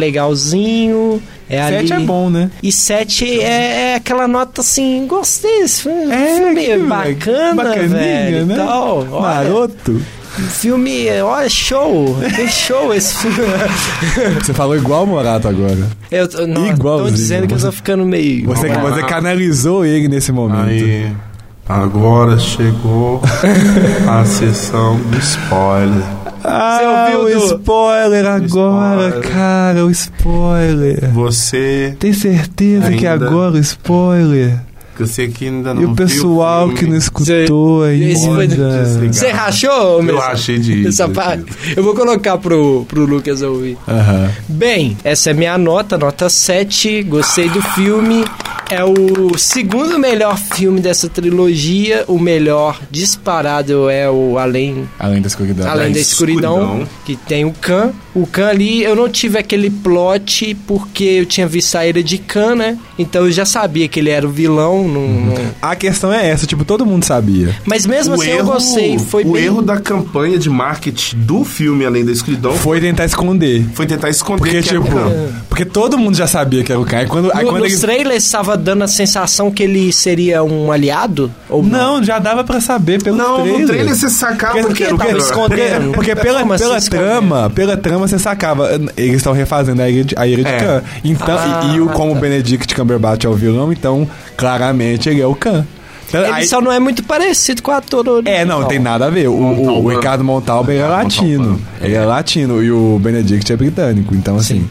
C: legalzinho. É
A: 7 é
C: ali-
A: bom, né?
C: E 7 é, é aquela nota assim, gostei, esse filme, um
A: É,
C: filme
A: que
C: bacana,
A: bacaninha,
C: velho,
A: né?
C: e tal. Olha,
A: Maroto.
C: filme, olha, show, que show esse filme.
A: Você falou igual o Morato agora.
C: Eu tô, não, tô
A: Igualzinho.
C: dizendo que eu tô ficando meio...
A: Você,
D: Ah.
A: você canalizou ele nesse momento.
D: Aí, agora chegou a sessão do spoiler.
A: Ah,
C: Você ouviu
A: o
C: do-
A: spoiler agora,
D: Spoiler.
A: cara, o spoiler.
D: Você.
A: Tem certeza que
D: Ainda-
A: agora o spoiler?
D: Você que ainda não
A: E o pessoal
D: viu
A: que não escutou aí.
C: Esse foi-
D: desligar.
C: Você rachou, meu?
D: Eu achei de
C: Essa parte. Eu vou colocar pro, pro Lucas ouvir. Bem, essa é minha nota, nota 7. Gostei do filme. É o segundo melhor filme dessa trilogia. O melhor disparado é o Além
A: Além da escuridão.
C: Além da escuridão,
D: escuridão.
C: que tem o Khan. O Khan ali, eu não tive aquele plot porque eu tinha visto a Ilha de Khan, né? Então eu já sabia que ele era o vilão. Não, não-
A: A questão é essa, tipo, todo mundo sabia.
C: Mas mesmo assim eu gostei. Foi
D: o
C: bem...
D: erro da campanha de marketing do filme Além da Escuridão foi,
A: Foi tentar esconder.
D: tentar esconder
A: Porque,
D: que
A: tipo,
D: era-
A: porque todo mundo já sabia que era o Khan. Aí quando, aí
C: No-
A: quando
C: nos
A: ele.
C: trailers estava dando a sensação que ele seria um aliado? Ou não?
A: Não, já dava pra saber pelo
D: Não,
A: trailer.
D: no trailer você sacava
A: Porque-
D: que era o
A: porque-
D: Khan.
C: escondendo.
A: Porque pela,
C: Como assim
A: pela
C: escondendo?
A: trama, pela trama você sacava. Eles estão refazendo a Ilha de, a Ilha de
D: É.
A: Khan. Então, e, e o, como o Benedict Cumberbatch é o vilão, então claramente ele é o Khan. Então,
C: Ele
A: aí-
C: só não é muito parecido com o ator né? original.
A: É, não, tem nada a ver. O, o- o Ricardo Montalba ele é latino. Ele é latino e o Benedict é britânico. Então, assim,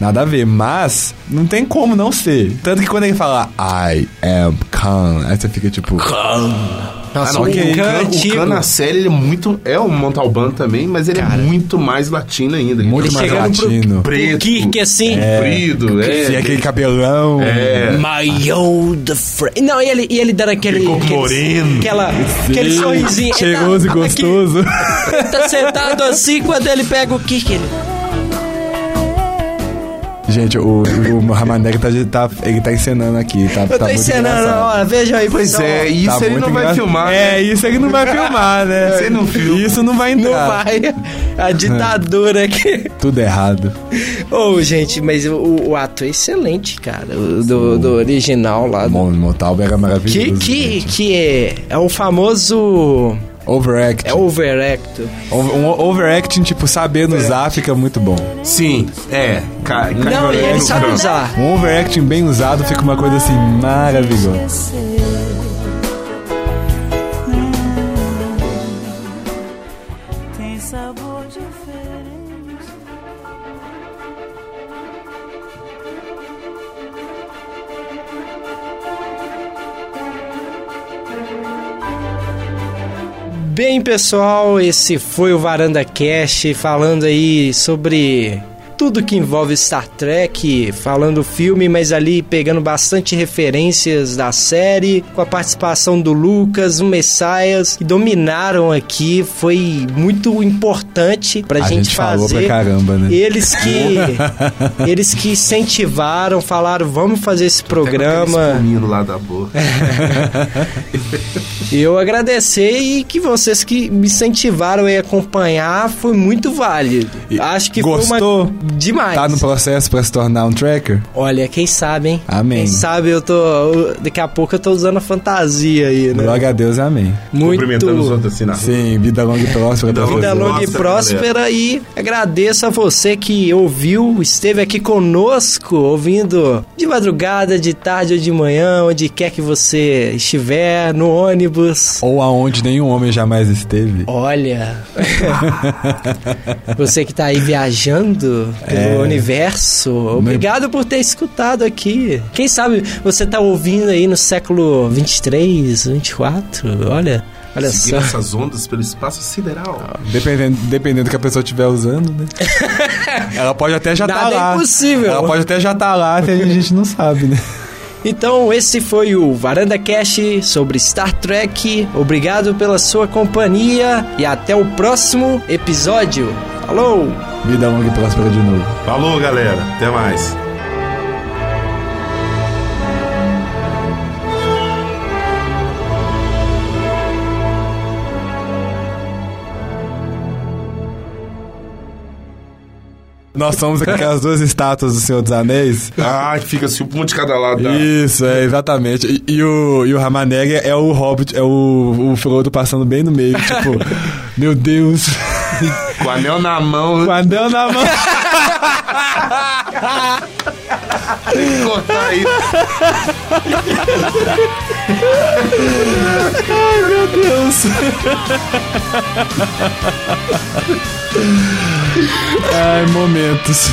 A: nada a ver. Mas não tem como não ser. Tanto que quando ele fala I am Khan, aí você fica tipo. Tá É.
C: Nossa,
A: não,
C: o tipo.
A: ok.
D: Ah, O
C: Khan
D: Khan, o
C: antigo.
D: Khan na série, ele é muito. É um Montalban também, mas ele é muito mais latino ainda. Ele
A: Muito
D: tá
A: mais
D: chegando pro
A: latino.
D: Preto.
C: O Kirk, assim.
D: Comprido, é.
A: E aquele cabelão.
D: É.
C: Maiô the Friend. Não, e ele, e ele dando aquele.
D: Ficou
C: aquele-
D: moreno.
C: Aquela, aquele sorrisinho. Ele tá-
A: Cheiroso e
C: aqui,
A: gostoso.
C: tá sentado assim quando ele pega o kick. Ele...
A: Gente, o, o Muhammad Negri tá, tá, ele tá encenando aqui. Tá,
C: Eu
A: tá
C: tô
A: muito
C: encenando,
A: engraçado.
C: ó, veja aí.
D: Pois
C: pessoal.
D: é, e isso
A: Tá
D: ele
A: muito
D: não vai
A: engra-
D: filmar.
A: É, isso ele não vai filmar, né?
D: Isso ele não filma.
A: Isso não vai
C: Não
A: entrar.
C: vai.
A: É.
C: A ditadura aqui.
A: Tudo errado.
C: Ô, gente, mas o, o ato é excelente, cara. O, do, do original lá.
A: tá? O
C: Do...
A: Montalba era
C: Que,
A: maravilhoso.
C: que,
A: gente.
C: que é. É o famoso.
A: Overact.
C: É overacto.
A: Over- Um overacting, tipo, sabendo usar fica é muito bom.
D: Sim, é. Ca,
C: Não, e ele sabe usar.
A: Um overacting bem usado fica uma coisa assim maravilhosa.
H: Tem sabor diferente.
C: Bem, pessoal, esse foi o Varanda Cast falando aí sobre tudo que envolve Star Trek, falando o filme, mas ali pegando bastante referências da série, com a participação do Lucas, o Messias, que dominaram aqui, foi muito importante pra
A: A
C: gente,
A: gente
C: fazer.
A: falou pra caramba, né?
C: Eles que eles que incentivaram, falaram, vamos fazer esse programa.
D: Menino lá da boca.
C: Eu agradecer e que vocês que me incentivaram a acompanhar foi muito válido.
A: E
C: Acho que
A: gostou?
C: foi uma demais.
A: Tá no processo pra se tornar um tracker?
C: Olha, quem sabe, hein?
A: Amém.
C: Quem sabe eu tô eu- daqui a pouco eu tô usando a fantasia aí, né?
A: Glória a Deus, amém.
C: muito
D: Cumprimentando os outros assim na rua.
A: Sim, vida longa e próspera pra
D: Vida
C: Vida
A: todos.
D: Nossa,
C: longa e próspera e agradeço a você que ouviu, esteve aqui conosco, ouvindo de madrugada, de tarde ou de manhã, onde quer que você estiver, no ônibus.
A: Ou aonde nenhum homem jamais esteve.
C: Olha, você que tá aí viajando pelo
A: É.
C: universo, obrigado por ter escutado aqui. Quem sabe você tá ouvindo aí no século 23, 24, olha, olha
D: Seguindo
C: só.
D: essas ondas pelo espaço sideral.
A: Dependendo, dependendo do que a pessoa estiver usando, né? Ela pode até já
C: Nada
A: tá
C: é
A: lá.
C: impossível.
A: Ela pode até já tá lá, se a gente não sabe, né?
C: Então esse foi o Varanda Cash sobre Star Trek. Obrigado pela sua companhia e até o próximo episódio. Falou!
A: Vida longa e próspera de novo.
D: Falou, galera. Até mais.
A: Nós somos aquelas duas estátuas do Senhor dos Anéis.
D: Ai, fica assim, um de cada lado da...
A: Isso, é, exatamente. E, e o, e o Ramaneg é o Hobbit, é o, o Frodo passando bem no meio, tipo, meu Deus,
D: Com o anel na mão.
A: com o anel na mão.
D: Tem que cortar isso.
L: Ai, meu Deus.
A: Ai, momentos.